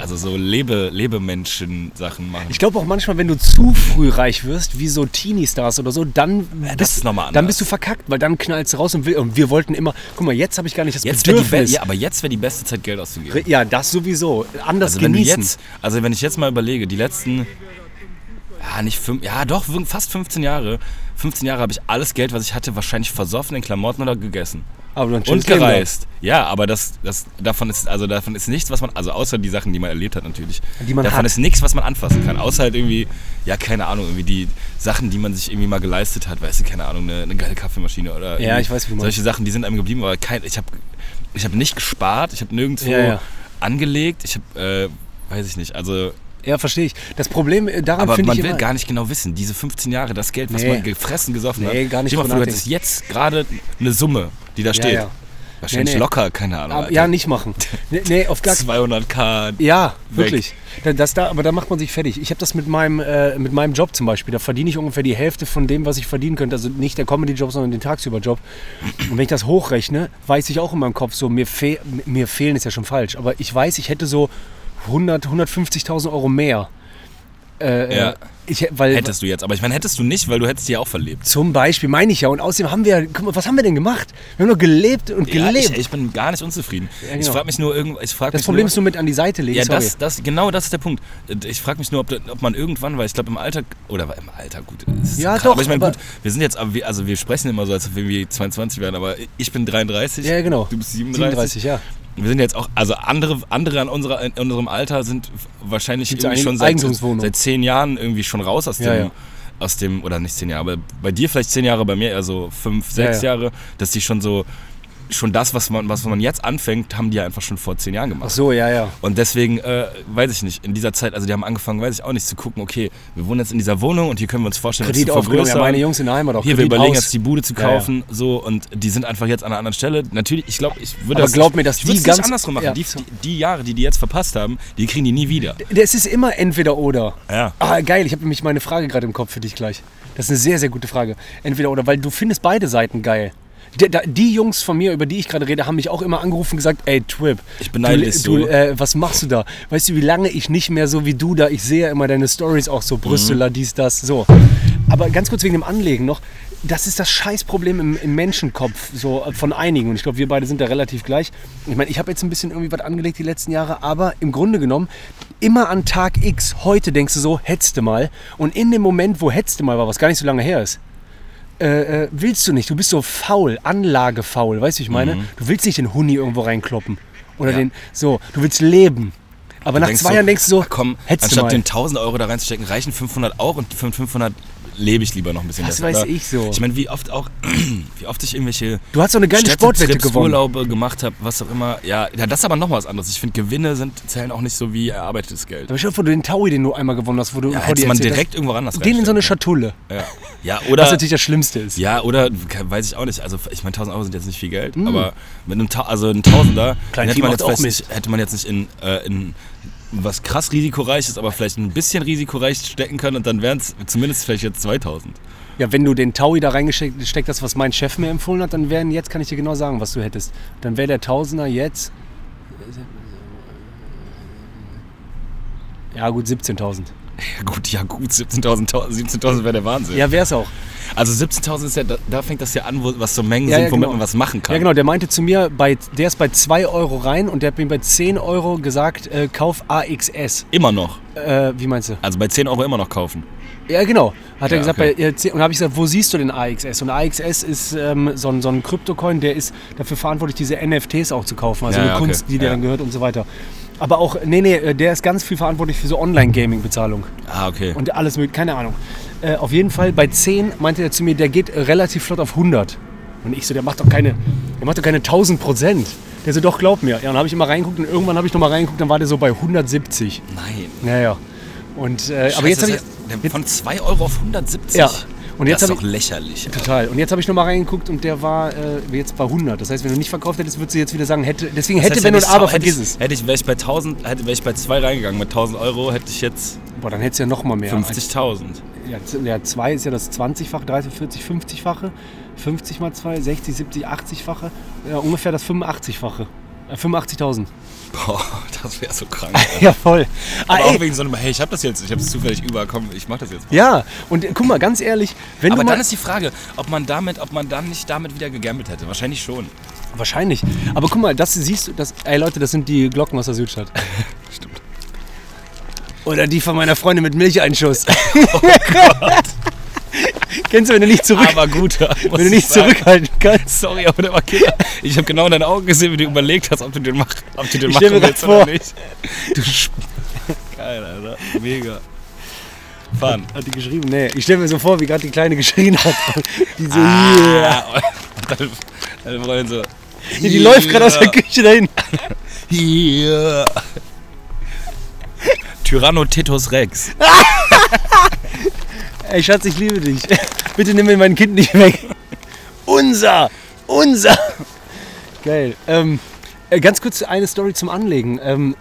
Speaker 2: Also so Lebe, Lebemenschen-Sachen machen.
Speaker 1: Ich glaube auch manchmal, wenn du zu früh reich wirst, wie so Teenie-Stars oder so, dann, bist,
Speaker 2: ist noch mal
Speaker 1: dann
Speaker 2: anders.
Speaker 1: bist du verkackt, weil dann knallst du raus und, will, und wir wollten immer, guck mal, jetzt habe ich gar nicht das
Speaker 2: jetzt wär die be-
Speaker 1: Bedürfnis.
Speaker 2: ja, aber jetzt wäre die beste Zeit, Geld auszugeben.
Speaker 1: ja, das sowieso. Anders
Speaker 2: Also wenn, du
Speaker 1: genießen.
Speaker 2: jetzt, also wenn ich jetzt mal überlege, die letzten. Ja, nicht fünf, ja doch, wir- fast 15 Jahre. 15 Jahre habe ich alles Geld, was ich hatte, wahrscheinlich versoffen in Klamotten oder gegessen.
Speaker 1: aber dann
Speaker 2: und gereist. Ja, aber das, das, davon ist, also davon ist nichts, was man, also außer die Sachen, die man erlebt hat natürlich.
Speaker 1: Die man
Speaker 2: davon
Speaker 1: hat.
Speaker 2: ist nichts, was man anfassen kann. Außer halt irgendwie, ja, keine Ahnung, irgendwie die Sachen, die man sich irgendwie mal geleistet hat, weißt du, keine Ahnung, eine, eine geile Kaffeemaschine oder
Speaker 1: Ja,
Speaker 2: irgendwie
Speaker 1: ich weiß, wie du meinst.
Speaker 2: solche Sachen, die sind einem geblieben, aber kein, ich habe ich hab nicht gespart, ich habe nirgendwo
Speaker 1: Ja, ja.
Speaker 2: angelegt, ich habe, äh, weiß ich nicht, also,
Speaker 1: Ja, verstehe ich. Das Problem äh, daran
Speaker 2: aber
Speaker 1: finde
Speaker 2: man
Speaker 1: ich
Speaker 2: will
Speaker 1: immer,
Speaker 2: gar nicht genau wissen, diese 15 Jahre, das Geld, was
Speaker 1: Nee.
Speaker 2: man gefressen, gesoffen
Speaker 1: Nee,
Speaker 2: hat,
Speaker 1: gar nicht
Speaker 2: stell dir
Speaker 1: drüber
Speaker 2: mal vor, du hättest jetzt gerade eine Summe, die da steht.
Speaker 1: ja.
Speaker 2: Wahrscheinlich
Speaker 1: nee.
Speaker 2: locker, keine Ahnung.
Speaker 1: aber,
Speaker 2: Alter.
Speaker 1: ja, nicht machen. Nee, nee auf
Speaker 2: <laughs>
Speaker 1: gar
Speaker 2: 200k.
Speaker 1: Ja, genau.
Speaker 2: Weg.
Speaker 1: wirklich. Da- Das da, aber da macht man sich fertig. Ich habe das mit meinem, äh, mit meinem Job zum Beispiel. Da verdiene ich ungefähr die Hälfte von dem, was ich verdienen könnte. Also nicht der Comedy-Job, sondern den Tagsüber-Job. Und wenn ich das hochrechne, weiß ich auch in meinem Kopf so, mir, fehl, mir fehlen ist ja schon falsch. Aber ich weiß, ich hätte so 100, 150.000 Euro mehr. Äh,
Speaker 2: Ja.
Speaker 1: äh, Ich, hä- weil,
Speaker 2: Hättest du jetzt, aber ich meine, hättest du nicht, weil du hättest die auch verlebt.
Speaker 1: Zum Beispiel, meine ich ja. Und außerdem haben wir, guck mal, was haben wir denn gemacht? Wir haben nur gelebt und
Speaker 2: Ja,
Speaker 1: gelebt.
Speaker 2: ich, ich bin gar nicht unzufrieden.
Speaker 1: genau.
Speaker 2: Ich frage mich nur irgend, ich frag
Speaker 1: das
Speaker 2: mich
Speaker 1: Problem
Speaker 2: nur,
Speaker 1: ist nur mit an die Seite legen.
Speaker 2: ja,
Speaker 1: sorry.
Speaker 2: das, das, genau das ist der Punkt. Ich frage mich nur, ob, da- ob man irgendwann, weil ich glaube im Alter, oder im Alter, gut, es ist
Speaker 1: Ja,
Speaker 2: krass,
Speaker 1: doch,
Speaker 2: aber ich meine,
Speaker 1: aber-
Speaker 2: gut, wir sind jetzt, aber wir- also wir sprechen immer so, als ob wir irgendwie 22 wären, aber ich bin 33,
Speaker 1: ja, genau.
Speaker 2: du bist 37.
Speaker 1: 37, ja.
Speaker 2: Wir sind jetzt auch, also andere, andere an unserer, in unserem Alter sind wahrscheinlich
Speaker 1: Gibt's
Speaker 2: irgendwie
Speaker 1: einige
Speaker 2: schon seit,
Speaker 1: Eigentumswohnungen.
Speaker 2: seit zehn Jahren irgendwie schon raus aus
Speaker 1: Ja,
Speaker 2: dem,
Speaker 1: ja.
Speaker 2: aus dem, oder nicht zehn Jahre, aber bei dir vielleicht zehn Jahre, bei mir eher so fünf, sechs
Speaker 1: Ja,
Speaker 2: Jahre, dass die schon so, schon das, was man, was man jetzt anfängt, haben die ja einfach schon vor zehn Jahren
Speaker 1: Ach
Speaker 2: gemacht.
Speaker 1: so, ja, ja.
Speaker 2: Und deswegen, äh, weiß ich nicht, in dieser Zeit, also die haben angefangen, weiß ich auch nicht, zu gucken, okay, wir wohnen jetzt in dieser Wohnung und hier können wir uns vorstellen, uns zu
Speaker 1: Kredit aufgenommen. Ja,
Speaker 2: vergrößern.
Speaker 1: meine Jungs in der Heimat auch.
Speaker 2: Hier, wir
Speaker 1: Kredit
Speaker 2: überlegen
Speaker 1: aus.
Speaker 2: jetzt die Bude zu
Speaker 1: Ja, ja.
Speaker 2: kaufen, so und die sind einfach jetzt an einer anderen Stelle. Natürlich, ich glaube, ich würde
Speaker 1: Aber
Speaker 2: das.
Speaker 1: glaub mir, dass
Speaker 2: ich würde
Speaker 1: die
Speaker 2: es
Speaker 1: ganz-
Speaker 2: nicht andersrum machen.
Speaker 1: ja.
Speaker 2: Die, die, die Jahre, die die jetzt verpasst haben, die kriegen die nie wieder.
Speaker 1: Es ist immer entweder oder.
Speaker 2: Ja.
Speaker 1: Ah, geil, ich habe nämlich meine Frage gerade im Kopf für dich gleich. Das ist eine sehr, sehr gute Frage. Entweder oder, weil du findest beide Seiten geil. Die, da- die Jungs von mir, über die ich gerade rede, haben mich auch immer angerufen und gesagt, ey Twip,
Speaker 2: Ich beneide dich
Speaker 1: du,
Speaker 2: so.
Speaker 1: äh, was machst du da? Weißt du, wie lange ich nicht mehr so wie du da, ich sehe ja immer deine Stories auch so,
Speaker 2: Mhm.
Speaker 1: Brüsseler, dies, das, so. Aber ganz kurz wegen dem Anlegen noch, das ist das Scheißproblem im, im Menschenkopf so äh, von einigen und ich glaube, wir beide sind da relativ gleich. Ich meine, ich habe jetzt ein bisschen irgendwie was angelegt die letzten Jahre, aber im Grunde genommen, immer an Tag X, heute denkst du so, hetzte mal und in dem Moment, wo hetzte mal war, was gar nicht so lange her ist, äh, äh, willst du nicht. Du bist so faul, anlagefaul, weißt du, wie ich meine? Du willst nicht den Huni irgendwo reinkloppen. Oder
Speaker 2: Mhm. Ja.
Speaker 1: den, so, du willst leben. Aber nach
Speaker 2: Denkst
Speaker 1: zwei Jahren denkst du so,
Speaker 2: ah, komm,
Speaker 1: hättest du
Speaker 2: anstatt
Speaker 1: mal.
Speaker 2: den 1000 Euro da reinzustecken, reichen 500 auch und von 500 lebe ich lieber noch ein bisschen
Speaker 1: Das
Speaker 2: besser.
Speaker 1: weiß
Speaker 2: Aber
Speaker 1: ich so.
Speaker 2: Ich meine, wie oft auch, <clears throat> wie oft ich irgendwelche
Speaker 1: Du hast so eine geile Sportwette
Speaker 2: Städtetrips,
Speaker 1: gewonnen.
Speaker 2: Urlaube gemacht habe, was auch immer. Ja, ja, das ist aber noch was anderes. Ich finde, Gewinne sind, zählen auch nicht so wie erarbeitetes Geld.
Speaker 1: Aber stell dir vor, du den Taui, den du einmal gewonnen hast, wo du
Speaker 2: Ja,
Speaker 1: vor
Speaker 2: hätte
Speaker 1: dir
Speaker 2: man
Speaker 1: erzählt
Speaker 2: direkt irgendwo anders
Speaker 1: hast, den in so eine
Speaker 2: reinstecken
Speaker 1: Schatulle.
Speaker 2: können. ja. ja, oder...
Speaker 1: Was natürlich das Schlimmste ist.
Speaker 2: Ja, oder ke- weiß ich auch nicht. Also ich meine, 1000 Euro sind jetzt nicht viel Geld, aber mit einem, Ta also einem Tausender
Speaker 1: Hm. Klein
Speaker 2: den hätte
Speaker 1: Vieh
Speaker 2: man,
Speaker 1: macht
Speaker 2: jetzt
Speaker 1: auch
Speaker 2: vielleicht
Speaker 1: Mist.
Speaker 2: nicht, hätte man jetzt nicht in, äh, in was krass risikoreiches, aber vielleicht ein bisschen risikoreich stecken können und dann wären es zumindest vielleicht jetzt 2000.
Speaker 1: Ja, wenn du den Taui da reingesteckt steckt hast, was mein Chef mir empfohlen hat, dann wären jetzt, kann ich dir genau sagen, was du hättest. Dann wäre der Tausender jetzt. äh, Ja, gut, 17.000.
Speaker 2: Ja gut, ja gut, 17.000 Ta- 17.000 wäre der Wahnsinn.
Speaker 1: Ja, wär's auch.
Speaker 2: Also 17.000 ist ja, da, da fängt das ja an, wo, was so Mengen
Speaker 1: Ja,
Speaker 2: sind,
Speaker 1: ja,
Speaker 2: womit
Speaker 1: genau.
Speaker 2: man was machen kann.
Speaker 1: Ja, genau, der meinte zu mir, bei, der ist bei 2 Euro rein und der hat mir bei 10 Euro gesagt, äh, kauf AXS.
Speaker 2: Immer noch.
Speaker 1: Äh, wie meinst du?
Speaker 2: Also bei 10 Euro immer noch kaufen.
Speaker 1: Ja, genau. Hat er
Speaker 2: Ja,
Speaker 1: gesagt,
Speaker 2: okay.
Speaker 1: bei, äh, 10 und habe ich gesagt, wo siehst du den AXS? Und AXS ist ähm, so ein, so ein Kryptocoin, der ist dafür verantwortlich, diese NFTs auch zu kaufen, also
Speaker 2: Ja,
Speaker 1: eine
Speaker 2: ja, okay.
Speaker 1: Kunst, die dir
Speaker 2: Ja.
Speaker 1: dann gehört und so weiter. Aber auch, nee, nee, äh, der ist ganz viel verantwortlich für so Online-Gaming-Bezahlung
Speaker 2: Ah, okay.
Speaker 1: und alles mögliche, keine Ahnung. Äh, auf jeden Fall bei 10 meinte er zu mir, der geht relativ flott auf 100. Und ich so, der macht doch keine, der macht doch keine 1000 Prozent. Der so, doch, glaub mir. Ja, und habe ich immer reingeguckt und irgendwann habe ich nochmal reingeguckt, dann war der so bei 170.
Speaker 2: Nein.
Speaker 1: Naja. Und, äh, aber jetzt
Speaker 2: Scheiße,
Speaker 1: habe ich,
Speaker 2: das heißt, der- Von 2 Euro auf 170?
Speaker 1: Ja. Und jetzt
Speaker 2: das
Speaker 1: hab
Speaker 2: ist doch
Speaker 1: ich-
Speaker 2: lächerlich.
Speaker 1: Total. Und jetzt habe ich nochmal reingeguckt und der war äh, jetzt bei 100. Das heißt, wenn du nicht verkauft hättest, würdest du jetzt wieder sagen, hätte, deswegen hätte,
Speaker 2: Das heißt,
Speaker 1: wenn und
Speaker 2: ich-
Speaker 1: aber,
Speaker 2: hätte
Speaker 1: vergiss
Speaker 2: ich,
Speaker 1: es.
Speaker 2: Hätte ich, wäre ich bei 1000, hätte, wäre ich bei 2 reingegangen mit 1000 Euro, hätte ich jetzt
Speaker 1: Boah, dann hättest du ja nochmal mehr.
Speaker 2: 50.000.
Speaker 1: Ja, z- ja, 2 ist ja das 20-fache, 30, 40, 50-fache. 50 mal 2, 60, 70, 80-fache. Ja, ungefähr das 85-fache. Äh, 85.000.
Speaker 2: Boah, <laughs> das wäre so krank.
Speaker 1: <laughs> Ja, voll. Ah,
Speaker 2: Aber auch
Speaker 1: ey,
Speaker 2: wegen so einem, hey, ich habe das jetzt, ich habe es zufällig überkommen, ich mache das jetzt.
Speaker 1: ja, und äh, guck mal, ganz ehrlich, wenn
Speaker 2: Aber
Speaker 1: du mal...
Speaker 2: dann ist die Frage, ob man damit, ob man dann nicht damit wieder gegambelt hätte. Wahrscheinlich schon.
Speaker 1: wahrscheinlich. Aber guck mal, das siehst du... Das, ey, Leute, das sind die Glocken aus der <laughs> Südstadt.
Speaker 2: Stimmt.
Speaker 1: Oder die von meiner Freundin mit <laughs> Milcheinschuss. Oh <laughs> Kennst du, wenn du nicht zurück...
Speaker 2: Aber gut, ja, <laughs> muss
Speaker 1: wenn du
Speaker 2: ich
Speaker 1: nicht
Speaker 2: sagen.
Speaker 1: zurückhalten kannst.
Speaker 2: Sorry, aber der war Killer. Ich habe genau in deinen Augen gesehen, wie du überlegt hast, ob du den, mach, ob du den
Speaker 1: Ich
Speaker 2: machen
Speaker 1: stell mir
Speaker 2: willst
Speaker 1: grad
Speaker 2: oder
Speaker 1: vor.
Speaker 2: nicht. Du Sp <laughs> Geil, Alter. Mega. Fun.
Speaker 1: Hat die geschrieben? Nee, ich stelle mir so vor, wie gerade die Kleine geschrien hat. <laughs> Die so, yeah.
Speaker 2: Ah, und dann- Deine Freundin so.
Speaker 1: <laughs> Die, die läuft gerade aus der Küche dahin.
Speaker 2: Hier. Tyrannotetus Rex.
Speaker 1: Ey, Schatz, ich liebe dich. <laughs> Bitte nimm mir mein Kind nicht weg. <laughs> Unser! Unser! Geil. Ähm, äh, ganz kurz eine Story zum Anlegen. Ähm,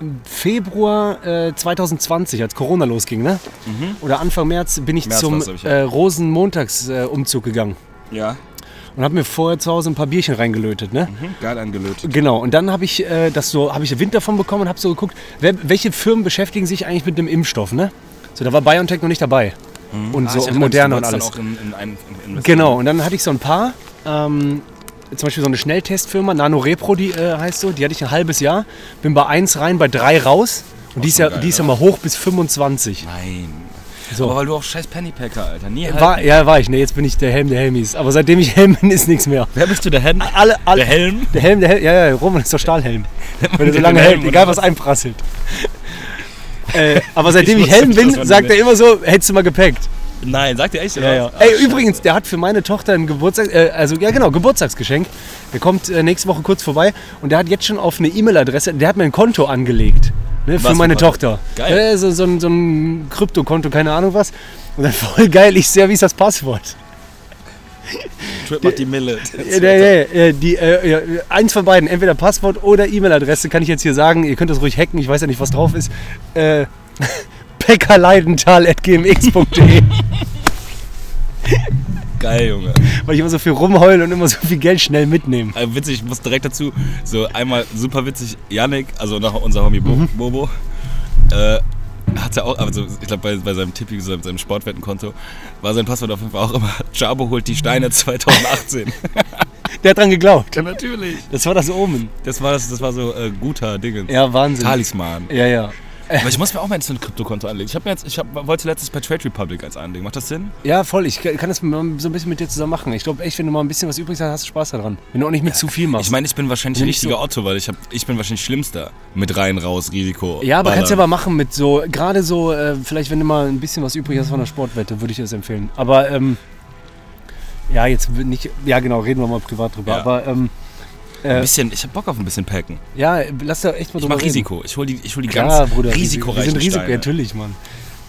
Speaker 1: im Februar äh, 2020, als Corona losging, ne? Oder Anfang März, bin ich
Speaker 2: Mhm. März
Speaker 1: zum
Speaker 2: war's, glaub ich, ja.
Speaker 1: äh, Rosenmontagsumzug äh, Umzug gegangen.
Speaker 2: Ja, Mhm,
Speaker 1: Und habe mir vorher zu Hause ein paar Bierchen reingelötet, ne?
Speaker 2: geil Ah, angelötet.
Speaker 1: Genau, und dann habe ich äh, das so, habe ich Wind davon bekommen und habe so geguckt, wer, welche Firmen beschäftigen sich eigentlich mit dem Impfstoff, ne? So, da war BioNTech noch nicht dabei.
Speaker 2: Mhm. Ah,
Speaker 1: Und so und Moderna und alles.
Speaker 2: Auch in, in ein, in, in
Speaker 1: Genau, und dann hatte ich so ein paar, ähm, zum Beispiel so eine Schnelltestfirma, NanoRepro, die äh, heißt so, die hatte ich ein halbes Jahr, bin bei 1 rein, bei 3 raus und die ist,
Speaker 2: schon
Speaker 1: ja,
Speaker 2: geil, ne?
Speaker 1: die ist ja mal hoch bis 25.
Speaker 2: Nein.
Speaker 1: So.
Speaker 2: Aber weil du auch scheiß Pennypacker, Alter. Nie halten.
Speaker 1: War, ja, war ich, ne, jetzt bin ich der Helm der Helmis, aber seitdem ich Helm bin, ist nichts mehr.
Speaker 2: Wer bist du, der Helm?
Speaker 1: Alle, alle,
Speaker 2: Der Helm?
Speaker 1: Der Helm, der Helm, ja, ja, Roman ist doch Stahlhelm. Wenn er so
Speaker 2: Den
Speaker 1: lange
Speaker 2: Helm,
Speaker 1: hält,
Speaker 2: oder
Speaker 1: egal
Speaker 2: was?
Speaker 1: was einprasselt.
Speaker 2: <laughs>
Speaker 1: äh, aber seitdem
Speaker 2: Ich
Speaker 1: ich, Helm
Speaker 2: wusste nicht,
Speaker 1: bin,
Speaker 2: dass man
Speaker 1: sagt
Speaker 2: den-
Speaker 1: er immer so, hättest du mal gepackt.
Speaker 2: Nein, sag dir echt.
Speaker 1: Ja,
Speaker 2: oder Ah,
Speaker 1: ja.
Speaker 2: was?
Speaker 1: Ey, übrigens, der hat für meine Tochter ein Geburtstag, äh, also ja genau, Geburtstagsgeschenk. Der kommt äh, nächste Woche kurz vorbei und der hat jetzt schon auf eine E-Mail-Adresse, der hat mir ein Konto angelegt. Ne, für
Speaker 2: Was
Speaker 1: meine
Speaker 2: für ein Konto?
Speaker 1: Tochter.
Speaker 2: Geil.
Speaker 1: Äh, so, so, ein, so ein Kryptokonto, keine Ahnung was. Und dann <laughs> voll geil, ich sehe, wie ist das Passwort.
Speaker 2: Trip macht die Mille.
Speaker 1: Ja, nee, nee, äh, die, äh, ja, eins von beiden, entweder Passwort oder E-Mail-Adresse, kann ich jetzt hier sagen. Ihr könnt das ruhig hacken, ich weiß ja nicht, was drauf ist. Äh, <laughs> pekkerleidental.gmx.de
Speaker 2: Geil, Junge.
Speaker 1: <laughs> Weil ich immer so viel rumheule und immer so viel Geld schnell mitnehme.
Speaker 2: Äh, witzig, ich muss direkt dazu, so einmal super witzig, Yannick, also nach unser Homie Bo
Speaker 1: Mhm.
Speaker 2: Bobo, äh, hat ja auch, also ich glaube bei, bei seinem Tippi, seinem, seinem Sportwettenkonto, war sein Passwort auf jeden Fall auch immer, <laughs> Jabo holt die
Speaker 1: <laughs>
Speaker 2: Steine 2018.
Speaker 1: Der hat dran geglaubt.
Speaker 2: ja, natürlich.
Speaker 1: Das war das Omen.
Speaker 2: Das war, das, das war so äh, guter Dingens.
Speaker 1: Ja, Äh. Wahnsinn.
Speaker 2: Talisman.
Speaker 1: Ja, ja.
Speaker 2: Aber ich muss mir auch mal jetzt ein Kryptokonto anlegen. Ich, hab mir jetzt, ich hab, wollte letztens bei Trade Republic eins anlegen. Macht das Sinn?
Speaker 1: Ja, voll. Ich kann das mal so ein bisschen mit dir zusammen machen. Ich glaube echt, wenn du mal ein bisschen was übrig hast, hast du Spaß daran. Wenn du auch nicht mit zu viel machst.
Speaker 2: Ich meine, ich bin wahrscheinlich ein
Speaker 1: Nicht so-
Speaker 2: richtiger Otto, weil ich, hab, ich bin wahrscheinlich Schlimmster. Mit rein, raus, Risiko.
Speaker 1: ja, aber kannst du ja
Speaker 2: Ballern.
Speaker 1: mal machen mit so, gerade so, äh, vielleicht wenn du mal ein bisschen was übrig hast von der Sportwette, würde ich das empfehlen. Aber ähm, ja, jetzt wird nicht, ja genau, reden wir mal privat drüber.
Speaker 2: Ja.
Speaker 1: Aber ähm,
Speaker 2: Ein bisschen, ich hab Bock auf ein bisschen Packen.
Speaker 1: ja, lass da echt mal
Speaker 2: Ich
Speaker 1: drüber
Speaker 2: mach
Speaker 1: reden.
Speaker 2: Risiko. Ich hol die, ich hol die
Speaker 1: Klar,
Speaker 2: ganz
Speaker 1: Bruder, wir
Speaker 2: risikoreichen
Speaker 1: sind Risiko,
Speaker 2: Steine.
Speaker 1: natürlich, Mann.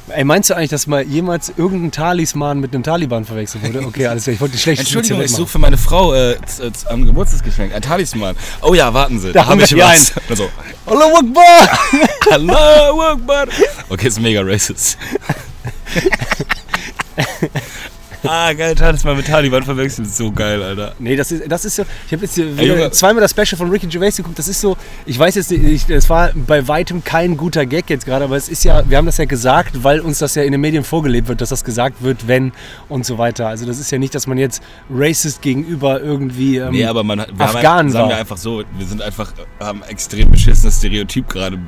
Speaker 1: Ey, meinst du eigentlich, dass mal jemals irgendein Talisman mit einem Taliban verwechselt wurde? Okay, alles klar, ich wollte die schlechte
Speaker 2: Entschuldigung, ich
Speaker 1: Witze
Speaker 2: suche für meine Frau äh, z- z- am Geburtstagsgeschenk ein Talisman. Oh ja, warten Sie,
Speaker 1: Da
Speaker 2: hab
Speaker 1: haben wir hier
Speaker 2: was. <laughs> Also,
Speaker 1: wegmachen. Allahu Akbar!
Speaker 2: Hello, Akbar. Okay, ist mega
Speaker 1: <laughs>
Speaker 2: racist. ah, geil, Talisman mit Taliban verwechselt. So geil, Alter.
Speaker 1: Nee, das ist, das ist so. Ich habe jetzt hier
Speaker 2: Ey,
Speaker 1: wieder
Speaker 2: Junge.
Speaker 1: zweimal das Special von Ricky Gervais geguckt. Das ist so. Ich weiß jetzt nicht, ich- es war bei weitem kein guter Gag jetzt gerade, aber es ist ja. Wir haben das ja gesagt, weil uns das ja in den Medien vorgelebt wird, dass das gesagt wird, wenn und so weiter. Also, das ist ja nicht, dass man jetzt racist gegenüber irgendwie. Ähm,
Speaker 2: Nee, aber man hat- wir
Speaker 1: Afghanen
Speaker 2: haben, sagen wir
Speaker 1: war.
Speaker 2: einfach so, wir sind einfach äh, haben ein extrem beschissenes Stereotyp gerade
Speaker 1: Ge-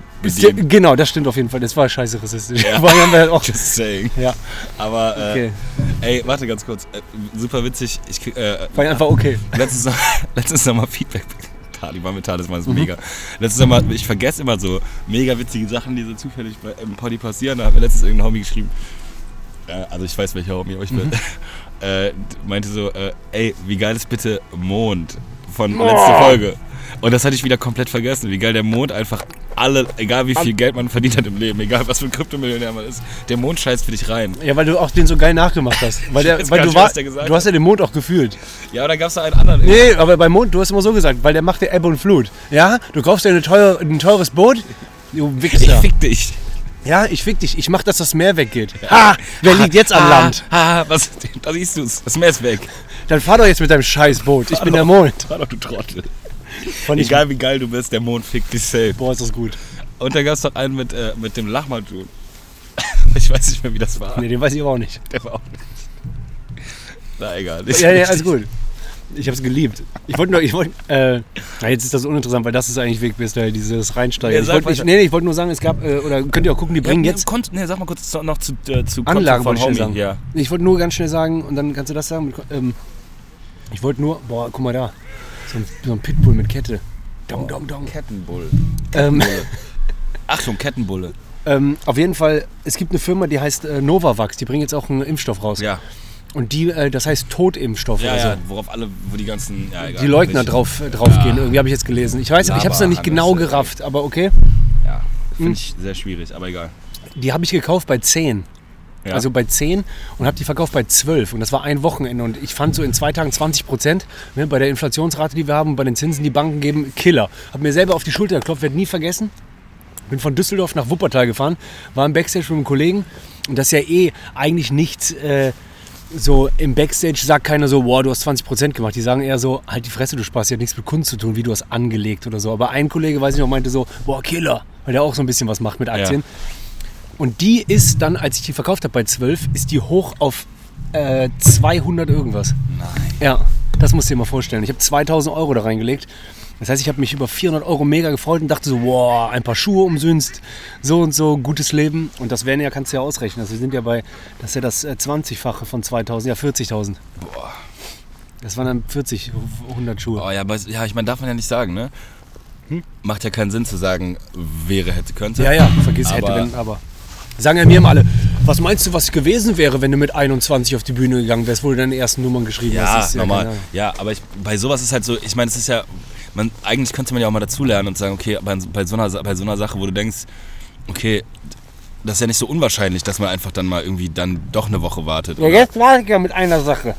Speaker 2: bedient.
Speaker 1: Genau, das stimmt auf jeden Fall. Das war scheiße rassistisch. <laughs>
Speaker 2: Ja.
Speaker 1: Weil haben wir halt auch,
Speaker 2: Just saying.
Speaker 1: ja,
Speaker 2: Aber äh,
Speaker 1: okay.
Speaker 2: ey, warte ganz kurz. Äh, super witzig. Ich krieg, äh,
Speaker 1: War einfach okay.
Speaker 2: letztens <laughs> noch, letztens noch mal Feedback. Taliban mit Talisman ist mega. Letztens noch mal, ich vergesse immer so mega witzige Sachen, die so zufällig bei, im Poddy passieren. Da hat mir letztens irgendein Homie geschrieben. Äh, also ich weiß, welcher Homie, aber ich bin. <laughs> Äh, d- meinte so, äh, ey, wie geil ist bitte Mond von letzter Folge. Und das hatte ich wieder komplett vergessen, wie geil der Mond einfach alle, egal wie viel Geld man verdient hat im Leben, egal was für ein Kryptomillionär man ist, der Mond scheißt für dich rein.
Speaker 1: Ja, weil du auch den so geil nachgemacht hast. Weil, der,
Speaker 2: weiß
Speaker 1: weil
Speaker 2: gar
Speaker 1: du,
Speaker 2: nicht,
Speaker 1: war,
Speaker 2: was der gesagt
Speaker 1: du hast ja den Mond auch gefühlt.
Speaker 2: Ja, aber da gab es noch einen anderen.
Speaker 1: Nee, aber bei Mond, du hast immer so gesagt, weil der macht dir Ebbe und Flut. Ja, du kaufst dir eine teure, ein teures Boot, du
Speaker 2: Ich
Speaker 1: Wichser.
Speaker 2: fick dich.
Speaker 1: ja, ich fick dich, ich mach, dass das Meer weggeht. Ha, wer liegt jetzt am
Speaker 2: ah,
Speaker 1: Land?
Speaker 2: Ah, was, da siehst du's. Das Meer ist weg.
Speaker 1: Dann fahr doch jetzt mit deinem scheiß Boot, ich bin der Mond.
Speaker 2: Fahr doch, du Trottel.
Speaker 1: Fand ich,
Speaker 2: Egal wie geil du bist, der Mond fickt dich safe.
Speaker 1: boah, ist das gut.
Speaker 2: Und da gab's doch einen mit, äh, mit dem Lachmajun. <laughs> Ich weiß nicht mehr, wie das war.
Speaker 1: Nee, den weiß ich aber auch nicht.
Speaker 2: Der war auch nicht. Na egal. Nicht <laughs>
Speaker 1: Ja, ja, alles
Speaker 2: wichtig.
Speaker 1: gut. Ich hab's geliebt. Ich wollte nur, ich wollte, äh, na, jetzt ist das uninteressant, weil das ist eigentlich Weg, bis da dieses Reinsteigen.
Speaker 2: Ja,
Speaker 1: ich
Speaker 2: sag
Speaker 1: wollte, ich,
Speaker 2: weiter.
Speaker 1: nee, nee, ich wollte nur sagen, es gab, äh, oder könnt ihr auch gucken, die bringen
Speaker 2: Ja,
Speaker 1: jetzt
Speaker 2: Konto, nee, sag mal kurz noch zu, äh, zu Konto
Speaker 1: Anlagen
Speaker 2: von
Speaker 1: wollte ich
Speaker 2: Homie.
Speaker 1: schnell sagen.
Speaker 2: Ja.
Speaker 1: Ich wollte nur ganz schnell sagen, und dann kannst du das sagen. Mit, ähm, ich wollte nur, boah, guck mal da. So ein, so ein Pitbull mit Kette. Dong, dong, dong.
Speaker 2: Kettenbull.
Speaker 1: Ähm,
Speaker 2: Achtung, Kettenbulle.
Speaker 1: ähm, auf jeden Fall, es gibt eine Firma, die heißt äh, Novavax. Die bringen jetzt auch einen Impfstoff raus.
Speaker 2: Ja,
Speaker 1: Und die, äh, das heißt Totimpfstoff
Speaker 2: ja,
Speaker 1: oder so.
Speaker 2: ja, worauf alle, wo die ganzen. Ja, egal,
Speaker 1: Die Leugner
Speaker 2: nicht.
Speaker 1: drauf, äh, drauf gehen, irgendwie habe ich jetzt gelesen. Ich weiß, ich habe es noch nicht
Speaker 2: Laber,
Speaker 1: genau
Speaker 2: Hannes, ey.
Speaker 1: gerafft, aber okay.
Speaker 2: Ja,
Speaker 1: Hm?
Speaker 2: finde ich sehr schwierig, aber egal.
Speaker 1: Die habe ich gekauft bei 10.
Speaker 2: Ja.
Speaker 1: Also bei 10 und habe die verkauft bei 12. Und das war ein Wochenende. Und ich fand so in zwei Tagen 20 Prozent ne, bei der Inflationsrate, die wir haben, bei den Zinsen, die Banken geben, Killer. Habe mir selber auf die Schulter geklopft, werde nie vergessen. Bin von Düsseldorf nach Wuppertal gefahren, war im Backstage mit einem Kollegen. Und das ist ja eh eigentlich nichts. Äh, so im Backstage sagt keiner so, wow, du hast 20% gemacht. Die sagen eher so, halt die Fresse, du Spaß, die hat nichts mit Kunst zu tun, wie du hast angelegt oder so. Aber ein Kollege, weiß ich noch, meinte so, boah, Killer, weil der auch so ein bisschen was macht mit Aktien. Und die ist dann, als ich die verkauft habe bei 12, ist die hoch auf äh, 200 irgendwas.
Speaker 2: Nein.
Speaker 1: Ja, das musst du dir mal vorstellen. Ich habe 2000 Euro da reingelegt. Das heißt, ich habe mich über 400 Euro mega gefreut und dachte so, wow, ein paar Schuhe umsünst, so und so, gutes Leben. Und das wären ja, kannst du ja ausrechnen. Also wir sind ja bei, das ist ja das äh, 20-fache von 2000, ja 40.000.
Speaker 2: Boah.
Speaker 1: Das waren dann 40, 100 Schuhe.
Speaker 2: Oh ja, aber ja, ich meine, darf man ja nicht sagen, ne? Macht ja keinen Sinn zu sagen, wäre, hätte, könnte.
Speaker 1: Hm? Ja, ja, vergiss hätte,
Speaker 2: Aber-
Speaker 1: wenn, aber. Sagen ja mir immer alle, was meinst du, was gewesen wäre, wenn du mit 21 auf die Bühne gegangen wärst, wo du deine ersten Nummern geschrieben hast?
Speaker 2: Ja,
Speaker 1: Das ist keine
Speaker 2: normal.
Speaker 1: Ahnung.
Speaker 2: Ja, aber ich, bei sowas ist halt so, ich meine, es ist ja, man, eigentlich könnte man ja auch mal dazulernen und sagen, okay, bei, bei, so einer, Sa- bei so einer Sache, wo du denkst, okay, das ist ja nicht so unwahrscheinlich, dass man einfach dann mal irgendwie dann doch eine Woche wartet.
Speaker 1: Ja,
Speaker 2: oder?
Speaker 1: jetzt war ich ja mit einer Sache.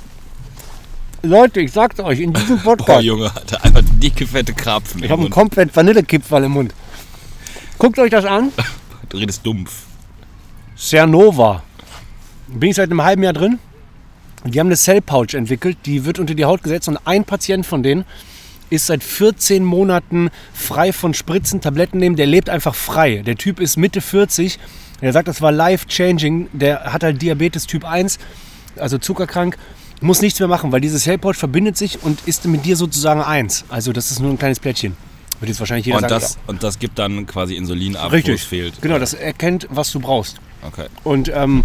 Speaker 1: Leute, ich sag's euch, in diesem
Speaker 2: <laughs> Boah,
Speaker 1: Podcast,
Speaker 2: oh, Junge, Alter, einfach dicke, fette Krapfen.
Speaker 1: ich habe einen
Speaker 2: und
Speaker 1: komplett Vanillekipferl im Mund. Guckt euch das an.
Speaker 2: du redest dumpf.
Speaker 1: Cernova. Bin ich seit einem halben Jahr drin. Die haben eine Cell Pouch entwickelt, die wird unter die Haut gesetzt und ein Patient von denen ist seit 14 Monaten frei von Spritzen, Tabletten nehmen, der lebt einfach frei. Der Typ ist Mitte 40, der sagt, das war life changing, der hat halt Diabetes Typ 1, also zuckerkrank, muss nichts mehr machen, weil diese Cell Pouch verbindet sich und ist mit dir sozusagen eins. Also das ist nur ein kleines Plättchen. Wird jetzt wahrscheinlich jeder
Speaker 2: Und
Speaker 1: sagen,
Speaker 2: das, und das gibt dann quasi Insulin
Speaker 1: ja,
Speaker 2: ab, wo es
Speaker 1: richtig.
Speaker 2: fehlt.
Speaker 1: Genau, das erkennt, was du brauchst.
Speaker 2: Okay.
Speaker 1: Und ähm,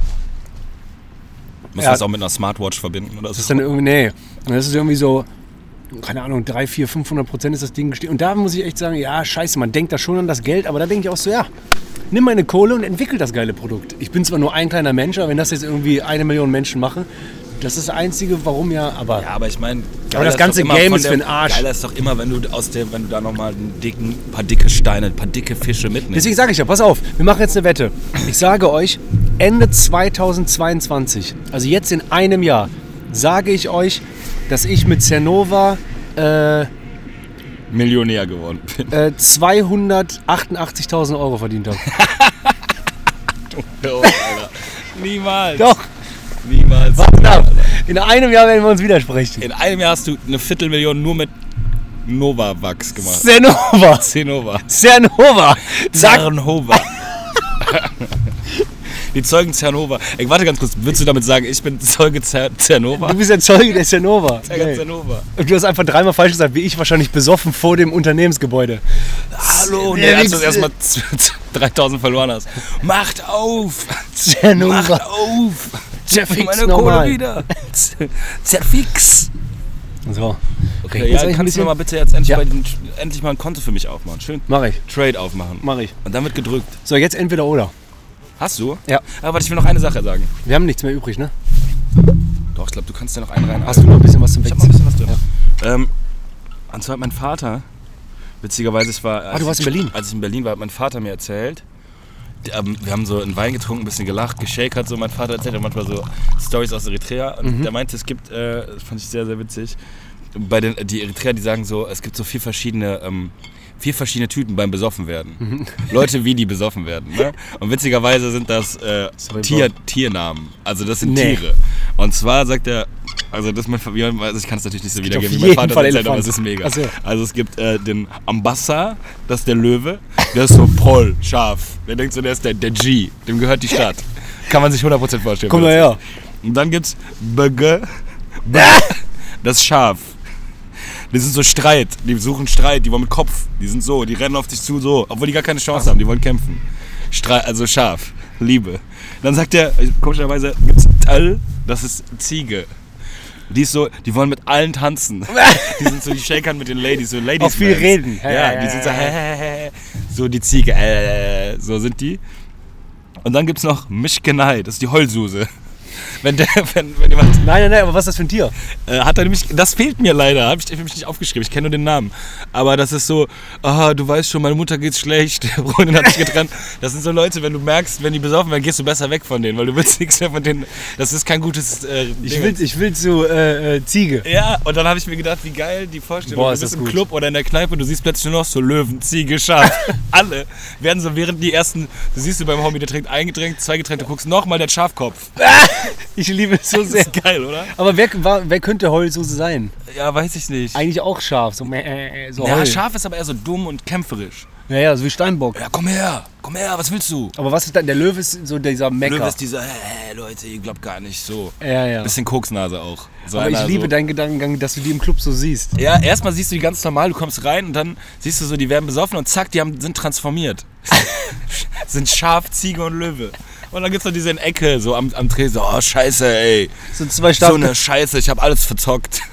Speaker 2: Muss
Speaker 1: Ja.
Speaker 2: das auch mit einer Smartwatch verbinden oder
Speaker 1: das ist
Speaker 2: so?
Speaker 1: dann irgendwie, nee, Und das ist irgendwie so, keine Ahnung, 3, 4, 500 Prozent ist das Ding gestiegen. Und da muss ich echt sagen, ja, scheiße, man denkt da schon an das Geld, aber da denke ich auch so, ja, nimm meine Kohle und entwickel das geile Produkt. Ich bin zwar nur ein kleiner Mensch, aber wenn das jetzt irgendwie eine Million Menschen machen, das ist das Einzige, warum ja, aber
Speaker 2: Ja, aber ich meine,
Speaker 1: das ganze Game ist für den Arsch.
Speaker 2: Geiler ist doch immer, wenn du aus dem, wenn du da nochmal einen dicken, paar dicke Steine, ein paar dicke Fische mitnimmst.
Speaker 1: Deswegen sage ich ja, pass auf, wir machen jetzt eine Wette. Ich sage euch, Ende 2022, also jetzt in einem Jahr, sage ich euch, dass ich mit Cernova äh, äh,
Speaker 2: Millionär geworden bin.
Speaker 1: 288.000 Euro verdient habe.
Speaker 2: <laughs>
Speaker 1: <laughs>
Speaker 2: Oh, Alter. Niemals.
Speaker 1: Doch,
Speaker 2: Niemals.
Speaker 1: knapp. In einem Jahr werden wir uns widersprechen.
Speaker 2: In einem Jahr hast du eine Viertelmillion nur mit Novavax gemacht.
Speaker 1: Cernova,
Speaker 2: Zenova.
Speaker 1: Cernova, sag,
Speaker 2: <laughs> Zarnhova. Die Zeugen Zernova. Ey, warte ganz kurz. Willst du damit sagen, ich bin Zeuge Zer Zernova?
Speaker 1: du bist der Zeuge der Cernova.
Speaker 2: Zeuge
Speaker 1: Nee.
Speaker 2: Zernova.
Speaker 1: Und Du hast einfach dreimal falsch gesagt, wie ich wahrscheinlich besoffen vor dem Unternehmensgebäude.
Speaker 2: Hallo, nee,
Speaker 1: Der
Speaker 2: als du das
Speaker 1: Wichs-
Speaker 2: erstmal <laughs> 3000 verloren hast. Macht auf!
Speaker 1: Cernova.
Speaker 2: Macht auf!
Speaker 1: Zerfix
Speaker 2: Bring meine
Speaker 1: normal.
Speaker 2: Kohle wieder! <laughs> Z- Zerfix!
Speaker 1: So.
Speaker 2: Okay, ja, kannst du mir mal bitte jetzt endlich,
Speaker 1: Ja.
Speaker 2: bei den, endlich mal ein Konto für mich aufmachen? Schön
Speaker 1: Mach ich,
Speaker 2: Trade aufmachen.
Speaker 1: mach ich.
Speaker 2: Und dann wird gedrückt.
Speaker 1: So, jetzt entweder oder.
Speaker 2: Hast du?
Speaker 1: Ja.
Speaker 2: Aber warte, ich will noch eine Sache sagen.
Speaker 1: Wir haben nichts mehr übrig, ne?
Speaker 2: Doch, ich glaube, du kannst dir noch einen rein.
Speaker 1: Hast du noch ein bisschen was zum
Speaker 2: Ich hab noch ein
Speaker 1: Wegziehen?
Speaker 2: bisschen was drin. Ähm, und zwar hat mein Vater, witzigerweise, ich war. als
Speaker 1: du warst
Speaker 2: ich-
Speaker 1: in Berlin?
Speaker 2: Als ich in Berlin war, hat mein Vater mir erzählt. die- Ähm, wir haben so einen Wein getrunken, ein bisschen gelacht, geschakert. So. Mein Vater erzählt ja manchmal so Stories aus Eritrea.
Speaker 1: Mhm.
Speaker 2: Und der meinte, es gibt, äh, das fand ich sehr, sehr witzig. Bei den, die Eritreer, die sagen so, es gibt so vier verschiedene. Ähm, Vier verschiedene Typen beim Besoffen
Speaker 1: Mhm.
Speaker 2: werden. Leute, wie die besoffen werden.
Speaker 1: <laughs>
Speaker 2: Ne? Und witzigerweise sind das äh,
Speaker 1: Sorry,
Speaker 2: Tier, Tiernamen. Also das sind
Speaker 1: Nee.
Speaker 2: Tiere. Und zwar sagt er, also das mein, wie mein- also ich kann es natürlich nicht so
Speaker 1: gibt auf
Speaker 2: wiedergeben, wie
Speaker 1: jeden
Speaker 2: mein Vater
Speaker 1: Fall
Speaker 2: erzählt, aber es
Speaker 1: Elefanten.
Speaker 2: ist mega.
Speaker 1: Ach so.
Speaker 2: Also es gibt äh, den Ambassa, das ist der Löwe, der ist so voll scharf. Der denkt so, der ist der, der G, dem gehört
Speaker 1: <laughs>
Speaker 2: die Stadt. Kann man sich 100% vorstellen.
Speaker 1: Komm mal her. Ah!
Speaker 2: Und dann gibt's Böge, das ist scharf. Die sind so Streit, die suchen Streit, die wollen mit Kopf, die sind so, die rennen auf dich zu so, obwohl die gar keine Chance haben, die wollen kämpfen. Streit, also scharf, Liebe. Dann sagt er, komischerweise gibt's Tal, das ist Ziege. Die ist so, die wollen mit allen <laughs> tanzen. Die sind so, die shakern mit den Ladies, so Ladies.
Speaker 1: Auch viel
Speaker 2: Bands.
Speaker 1: reden.
Speaker 2: Ja, die sind so, hä, hä, hä, hä. <laughs> so die Ziege, äh, so sind die. Und dann gibt's noch Mischgenei, das ist die Heulsuse. Wenn, der, <laughs> wenn, wenn jemand
Speaker 1: Nein, nein, nein, aber was ist das für ein Tier?
Speaker 2: äh, hat er nämlich, das fehlt mir leider, habe ich für mich nicht aufgeschrieben, ich kenne nur den Namen. Aber das ist so, ah, du weißt schon, meine Mutter geht's schlecht, <laughs> der Bruder hat sich getrennt. Das sind so Leute, wenn du merkst, wenn die besoffen werden, gehst du besser weg von denen, weil du willst <laughs> nichts mehr von denen. Das ist kein gutes äh,
Speaker 1: Ich
Speaker 2: Ding.
Speaker 1: will, ich will zu äh, äh, Ziege.
Speaker 2: Ja, und dann habe ich mir gedacht, wie geil die Vorstellung.
Speaker 1: Boah,
Speaker 2: du
Speaker 1: ist
Speaker 2: bist
Speaker 1: das
Speaker 2: im
Speaker 1: gut.
Speaker 2: Club oder in der Kneipe und du siehst plötzlich nur noch so Löwen,
Speaker 1: <laughs>
Speaker 2: Ziege, Schaf. Alle werden so während die ersten, du siehst du beim Homie, der trinkt ein Getränk, zwei Getränke, du guckst nochmal der Schafkopf. <laughs>
Speaker 1: Ich liebe es so
Speaker 2: Das
Speaker 1: sehr.
Speaker 2: ist geil, oder?
Speaker 1: Aber wer, war- wer könnte Heulsuse sein?
Speaker 2: Ja, weiß ich nicht.
Speaker 1: Eigentlich auch scharf. So, meh, äh, äh, so
Speaker 2: Ja,
Speaker 1: Heul.
Speaker 2: Schaf ist aber eher so dumm und kämpferisch.
Speaker 1: Ja, ja, so wie Steinbock.
Speaker 2: Ja, komm her, komm her, was willst du?
Speaker 1: Aber was ist dann? Der Löwe ist so dieser Mecker.
Speaker 2: Löwe ist dieser, hey, Leute, ihr glaubt gar nicht so.
Speaker 1: ja, ja.
Speaker 2: Bisschen Koksnase auch. So
Speaker 1: Aber ich
Speaker 2: einer
Speaker 1: liebe
Speaker 2: so.
Speaker 1: deinen Gedankengang, dass du die im Club so siehst.
Speaker 2: Ja, erstmal siehst du die ganz normal, du kommst rein und dann siehst du so, die werden besoffen und zack, die haben, sind
Speaker 1: <laughs>
Speaker 2: transformiert. sind Schaf, Ziege und Löwe. Und dann gibt's noch diese in Ecke, so am, am Tresen, oh scheiße, ey.
Speaker 1: So zwei
Speaker 2: So
Speaker 1: Staaten.
Speaker 2: eine Scheiße, ich habe alles verzockt. <laughs>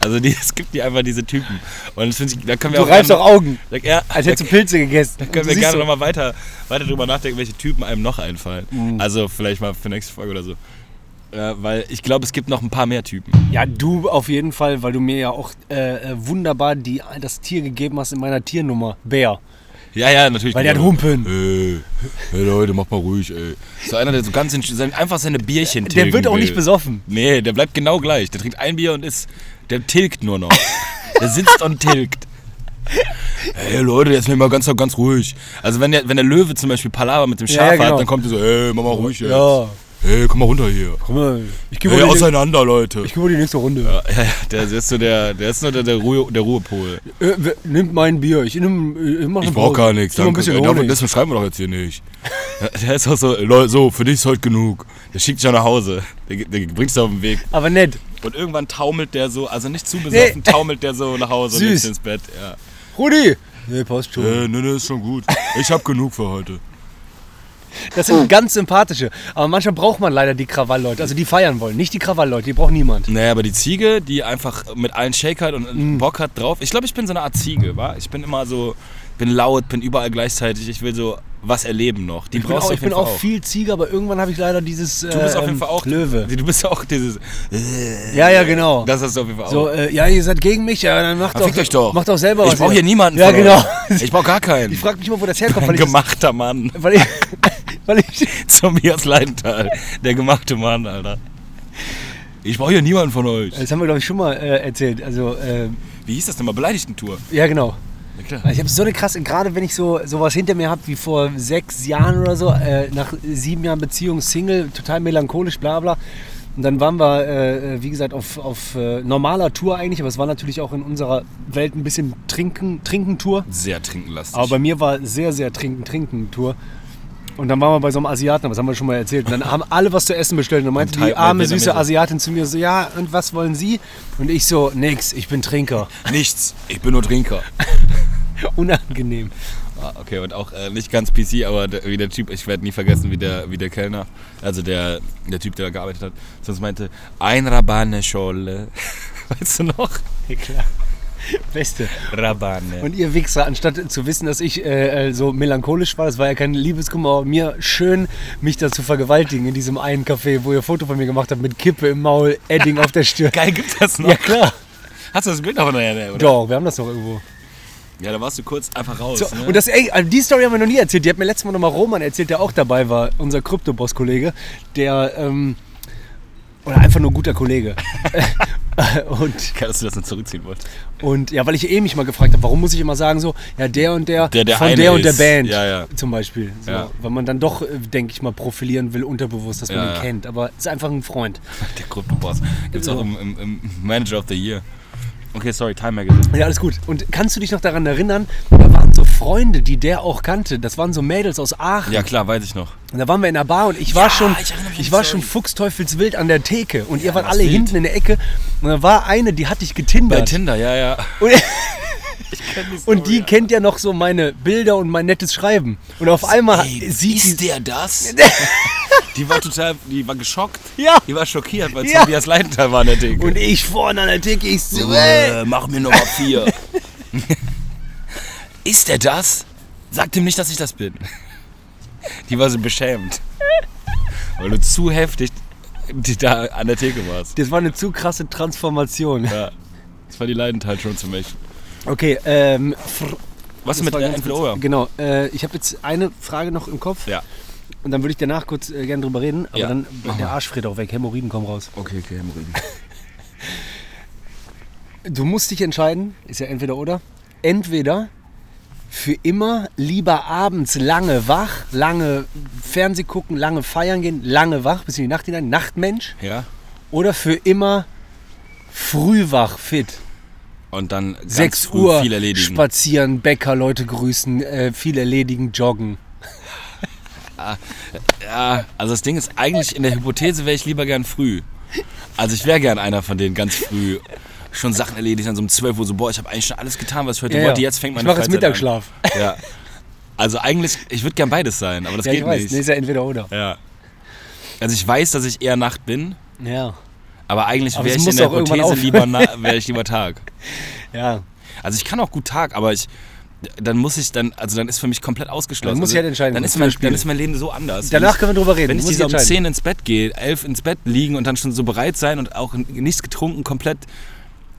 Speaker 2: Also die, es gibt die einfach diese Typen. Und das find ich, da können wir
Speaker 1: du
Speaker 2: auch
Speaker 1: reibst
Speaker 2: gerne-
Speaker 1: auch Augen,
Speaker 2: Da, ja,
Speaker 1: als
Speaker 2: da
Speaker 1: hättest du Pilze gegessen.
Speaker 2: Können
Speaker 1: Du
Speaker 2: wir
Speaker 1: siehst
Speaker 2: gerne
Speaker 1: so-
Speaker 2: nochmal weiter, weiter drüber nachdenken, welche Typen einem noch einfallen.
Speaker 1: Mhm.
Speaker 2: Also vielleicht mal für nächste Folge oder so. Äh, weil ich glaube, es gibt noch ein paar mehr Typen.
Speaker 1: Ja, du auf jeden Fall, weil du mir ja auch äh, äh, wunderbar die, das Tier gegeben hast in meiner Tiernummer. Bär.
Speaker 2: Ja, ja, natürlich.
Speaker 1: Weil halt der hat Humpen.
Speaker 2: Ey, hey Leute, macht mal ruhig, ey. So einer, der so ganz in, sein- einfach seine Bierchen tilgen
Speaker 1: Der wird auch
Speaker 2: will.
Speaker 1: nicht besoffen.
Speaker 2: Nee, der bleibt genau gleich. Der trinkt ein Bier und ist. Der tilgt nur noch. der sitzt und tilgt. Hey Leute, jetzt nehmen wir ganz, ganz ruhig. Also wenn der, wenn der Löwe zum Beispiel Palaver mit dem Schaf
Speaker 1: Ja, ja, genau.
Speaker 2: hat, dann kommt er so, hey, mach mal ruhig jetzt.
Speaker 1: Ja.
Speaker 2: Hey, komm mal runter hier.
Speaker 1: Komm mal, ich gebe
Speaker 2: Hey,
Speaker 1: mal die-
Speaker 2: auseinander, Leute.
Speaker 1: ich geb mal die nächste Runde.
Speaker 2: Ja, ja, der ist so der, der ist nur der, der, Ruhe, der Ruhepol.
Speaker 1: Äh, wer- nimmt mein Bier. Ich nehme. Ich, mach eine
Speaker 2: Ich brauch
Speaker 1: Pause.
Speaker 2: gar nichts.
Speaker 1: Ich nehme ein
Speaker 2: Danke.
Speaker 1: bisschen
Speaker 2: Äh, davon-
Speaker 1: Honig.
Speaker 2: Deswegen schreiben wir doch jetzt hier <laughs> nicht. Ja, Der ist auch so, Leute, so, für dich ist heute genug. Der schickt dich auch nach Hause. Der, der bringt dich auf den Weg.
Speaker 1: Aber nett.
Speaker 2: Und irgendwann taumelt der so, also nicht zu besoffen, taumelt der so nach Hause und
Speaker 1: Süß.
Speaker 2: legt sich ins Bett. Ja.
Speaker 1: Rudi, Nee, passt schon.
Speaker 2: Äh, nee, nee, ist schon gut. Ich hab genug für heute.
Speaker 1: Das
Speaker 2: Oh.
Speaker 1: sind ganz sympathische. Aber manchmal braucht man leider die Krawallleute, also die feiern wollen. Nicht die Krawallleute, die braucht niemand.
Speaker 2: Naja, aber die Ziege, die einfach mit allen Shake hat und
Speaker 1: Mm.
Speaker 2: Bock hat drauf. Ich glaube, ich bin so eine Art Ziege, wa? Ich bin immer so, bin laut, bin überall gleichzeitig. Ich will so was erleben noch. Die
Speaker 1: Ich bin
Speaker 2: brauchst
Speaker 1: auch,
Speaker 2: du
Speaker 1: ich
Speaker 2: auf jeden
Speaker 1: bin
Speaker 2: Fall
Speaker 1: auch viel Ziege, aber irgendwann habe ich leider dieses ähm,
Speaker 2: Du bist auf jeden Fall auch
Speaker 1: Löwe.
Speaker 2: <laughs> Du bist auch dieses.
Speaker 1: Ja, ja, genau.
Speaker 2: Das hast du auf jeden Fall
Speaker 1: so,
Speaker 2: auch.
Speaker 1: äh, ja, ihr seid gegen mich, ja, dann macht
Speaker 2: Ja,
Speaker 1: doch,
Speaker 2: fickt euch doch.
Speaker 1: Macht doch selber was.
Speaker 2: ich brauche
Speaker 1: ihr-
Speaker 2: hier niemanden.
Speaker 1: Ja,
Speaker 2: von
Speaker 1: genau.
Speaker 2: euch. Ich brauche gar
Speaker 1: <laughs>
Speaker 2: keinen.
Speaker 1: Ich frage mich mal, wo das herkommt,
Speaker 2: Ein
Speaker 1: weil ich,
Speaker 2: gemachter Mann. <laughs>
Speaker 1: weil ich, weil ich <laughs>
Speaker 2: Tobias Leidenthal. Der gemachte Mann, Alter. Ich brauche hier niemanden von euch.
Speaker 1: Das haben wir, glaube ich, schon mal äh, erzählt. Also, äh,
Speaker 2: Wie hieß das denn mal? Beleidigten-Tour.
Speaker 1: ja, genau.
Speaker 2: Na klar.
Speaker 1: Ich habe so eine krasse, gerade wenn ich so sowas hinter mir habe wie vor sechs Jahren oder so, äh, nach sieben Jahren Beziehung, Single, total melancholisch, bla bla. Und dann waren wir, äh, äh, wie gesagt, auf, auf äh, normaler Tour eigentlich, aber es war natürlich auch in unserer Welt ein bisschen Trinken, Trinken-Tour.
Speaker 2: Sehr trinkenlastig.
Speaker 1: Aber bei mir war sehr, sehr Trinken-Trinken-Tour. Und dann waren wir bei so einem Asiaten, aber das haben wir schon mal erzählt. Und dann haben alle was zu essen bestellt. Und dann meinte
Speaker 2: Und Thai-
Speaker 1: die arme,
Speaker 2: Vietnamese.
Speaker 1: süße Asiatin zu mir so, ja, und was wollen Sie? Und ich so, nix, ich bin Trinker.
Speaker 2: Nichts. Ich bin nur Trinker.
Speaker 1: Unangenehm.
Speaker 2: Ah, okay, und auch äh, nicht ganz PC, aber der, wie der Typ, ich werde nie vergessen, wie der, wie der Kellner, also der, der Typ, der da gearbeitet hat, sonst meinte, ein Rabane Scholle. <laughs> Weißt du noch?
Speaker 1: Ja, <laughs> klar. Beste.
Speaker 2: Rabane.
Speaker 1: Und ihr Wichser, anstatt zu wissen, dass ich äh, äh, so melancholisch war, das war ja kein Liebeskummer, aber mir schön, mich da zu vergewaltigen in diesem einen Café, wo ihr Foto von mir gemacht habt mit Kippe im Maul, Edding auf der Stirn.
Speaker 2: Geil, gibt das noch?
Speaker 1: <laughs> Ja, klar.
Speaker 2: Hast du das Bild noch in der Hand, oder?
Speaker 1: Doch, wir haben das noch irgendwo.
Speaker 2: Ja, da warst du kurz einfach raus.
Speaker 1: So,
Speaker 2: ne?
Speaker 1: und das, ey, also die Story haben wir noch nie erzählt. Die hat mir letztes Mal nochmal Roman erzählt, der auch dabei war, unser Kryptoboss-Kollege, der, ähm, oder einfach nur guter <laughs> Kollege. und,
Speaker 2: Geil, dass du das nicht zurückziehen wolltest. <laughs>
Speaker 1: und ja, weil ich eh mich mal gefragt habe, warum muss ich immer sagen so, ja, der und der,
Speaker 2: Der der
Speaker 1: von
Speaker 2: eine
Speaker 1: der und der
Speaker 2: ist.
Speaker 1: Band
Speaker 2: Ja, ja.
Speaker 1: zum Beispiel. So,
Speaker 2: Ja.
Speaker 1: Weil man dann doch, äh, denke ich mal, profilieren will, unterbewusst, dass man
Speaker 2: Ja,
Speaker 1: ihn
Speaker 2: ja.
Speaker 1: kennt. Aber ist einfach ein Freund.
Speaker 2: Der Gruppenboss. Gibt's
Speaker 1: So.
Speaker 2: auch im, im, im Manager of the Year. Okay, sorry, Time Magazine.
Speaker 1: Ja, alles gut. Und kannst du dich noch daran erinnern, da waren so Freunde, die der auch kannte. Das waren so Mädels aus Aachen.
Speaker 2: Ja, klar, weiß ich noch.
Speaker 1: Und da waren wir in der Bar und ich war
Speaker 2: Ja,
Speaker 1: schon,
Speaker 2: ich erinnere mich
Speaker 1: ich,
Speaker 2: an die
Speaker 1: war
Speaker 2: Story.
Speaker 1: schon fuchsteufelswild an der Theke und ihr wart
Speaker 2: das
Speaker 1: alle
Speaker 2: Bild.
Speaker 1: hinten in der Ecke und da war eine, die hatte ich
Speaker 2: Bei
Speaker 1: getindert
Speaker 2: Tinder, ja, ja.
Speaker 1: und,
Speaker 2: Kenn Story,
Speaker 1: und die
Speaker 2: ja.
Speaker 1: kennt ja noch so meine Bilder und mein nettes Schreiben und auf einmal
Speaker 2: Ey,
Speaker 1: sieht
Speaker 2: ist
Speaker 1: sie, <laughs>
Speaker 2: der das? die war total, die war geschockt.
Speaker 1: Ja.
Speaker 2: Die war schockiert, weil
Speaker 1: Ja.
Speaker 2: Tobias Leidenthal war in der Theke.
Speaker 1: und ich vorne an der Theke, ich so, ey.
Speaker 2: äh, mach mir Nummer
Speaker 1: <laughs>
Speaker 2: 4. ist der das? Sagt ihm nicht, dass ich das bin. Die war so beschämt. Weil du zu heftig die da an der Theke warst.
Speaker 1: das war eine zu krasse Transformation.
Speaker 2: Ja. Das war die Leidenthal schon für mich.
Speaker 1: Okay, ähm, fr-
Speaker 2: Was
Speaker 1: das
Speaker 2: mit
Speaker 1: war
Speaker 2: äh,
Speaker 1: ganz
Speaker 2: entweder
Speaker 1: kurz-
Speaker 2: oder?
Speaker 1: Genau, äh, ich habe jetzt eine Frage noch im Kopf
Speaker 2: Ja.
Speaker 1: und dann würde ich danach kurz äh, gerne drüber reden, aber
Speaker 2: Ja,
Speaker 1: dann
Speaker 2: mach
Speaker 1: der
Speaker 2: mal.
Speaker 1: Arsch friert auch weg, Hämorrhoiden kommen raus.
Speaker 2: Okay, okay, Henry.
Speaker 1: Du musst dich entscheiden, ist ja entweder oder. Entweder für immer lieber abends lange wach, lange Fernseh gucken, lange feiern gehen, lange wach bis in die Nacht hinein, Nachtmensch.
Speaker 2: Ja.
Speaker 1: Oder für immer früh wach, fit.
Speaker 2: Und dann ganz
Speaker 1: 6
Speaker 2: früh
Speaker 1: Uhr
Speaker 2: viel erledigen.
Speaker 1: spazieren, Bäcker, Leute grüßen, äh, viel erledigen, joggen.
Speaker 2: Ja, also das Ding ist eigentlich in der Hypothese wäre ich lieber gern früh. Also ich wäre gern einer von denen ganz früh schon Sachen erledigt, dann so um 12 Uhr so, boah, ich habe eigentlich schon alles getan, was ich heute wollte, jetzt fängt
Speaker 1: ich
Speaker 2: meine
Speaker 1: mache jetzt
Speaker 2: Freizeit
Speaker 1: Mittagsschlaf.
Speaker 2: An. Ja. Also eigentlich, ich würde gern beides sein, aber das
Speaker 1: Ja,
Speaker 2: geht
Speaker 1: ich weiß,
Speaker 2: nicht.
Speaker 1: nee, ist ja entweder oder.
Speaker 2: Ja. Also ich weiß, dass ich eher Nacht bin,
Speaker 1: Ja,
Speaker 2: aber eigentlich
Speaker 1: Aber
Speaker 2: wäre
Speaker 1: es
Speaker 2: ich
Speaker 1: muss
Speaker 2: in der
Speaker 1: doch irgendwann
Speaker 2: Hypothese
Speaker 1: aufhören.
Speaker 2: lieber, na- wäre ich lieber Tag.
Speaker 1: ja.
Speaker 2: Also ich kann auch gut Tag, aber ich dann muss ich dann, also dann ist für mich komplett ausgeschlossen.
Speaker 1: Dann muss ich
Speaker 2: also,
Speaker 1: halt entscheiden,
Speaker 2: Dann
Speaker 1: was
Speaker 2: ist,
Speaker 1: für
Speaker 2: mein,
Speaker 1: ein Spiel.
Speaker 2: dann ist mein Leben so anders. Wenn
Speaker 1: Danach
Speaker 2: ich-
Speaker 1: können wir drüber reden.
Speaker 2: Wenn
Speaker 1: du
Speaker 2: ich
Speaker 1: musst
Speaker 2: diese
Speaker 1: dich
Speaker 2: um
Speaker 1: entscheiden.
Speaker 2: 10 ins Bett gehe, 11 ins Bett liegen und dann schon so bereit sein und auch nichts getrunken, komplett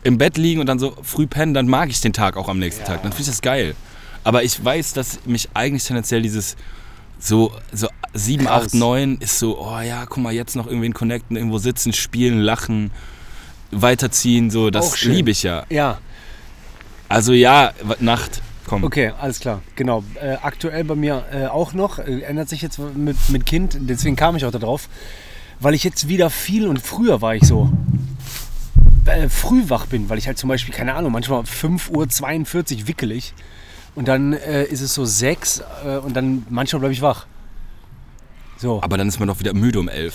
Speaker 2: im Bett liegen und dann so früh pennen, dann mag ich den Tag auch am nächsten Tag. Dann finde ich das geil. Aber ich weiß, dass mich eigentlich tendenziell dieses so, so 7,
Speaker 1: Raus.
Speaker 2: 8, 9 ist so, oh ja, guck mal, jetzt noch irgendwen connecten, irgendwo sitzen, spielen, lachen, weiterziehen, so,
Speaker 1: Auch
Speaker 2: das
Speaker 1: schön.
Speaker 2: liebe ich ja.
Speaker 1: Ja,
Speaker 2: Also ja, w- Nacht, komm.
Speaker 1: Okay, alles klar, genau. Äh, aktuell bei mir äh, auch noch, äh, ändert sich jetzt mit, mit Kind, deswegen kam ich auch da drauf, weil ich jetzt wieder viel und früher war ich so äh, früh wach bin, weil ich halt zum Beispiel, keine Ahnung, manchmal 5.42 Uhr wickelig und dann äh, ist es so 6 äh, und dann manchmal bleibe ich wach. So,
Speaker 2: Aber dann ist man doch wieder müde um 11.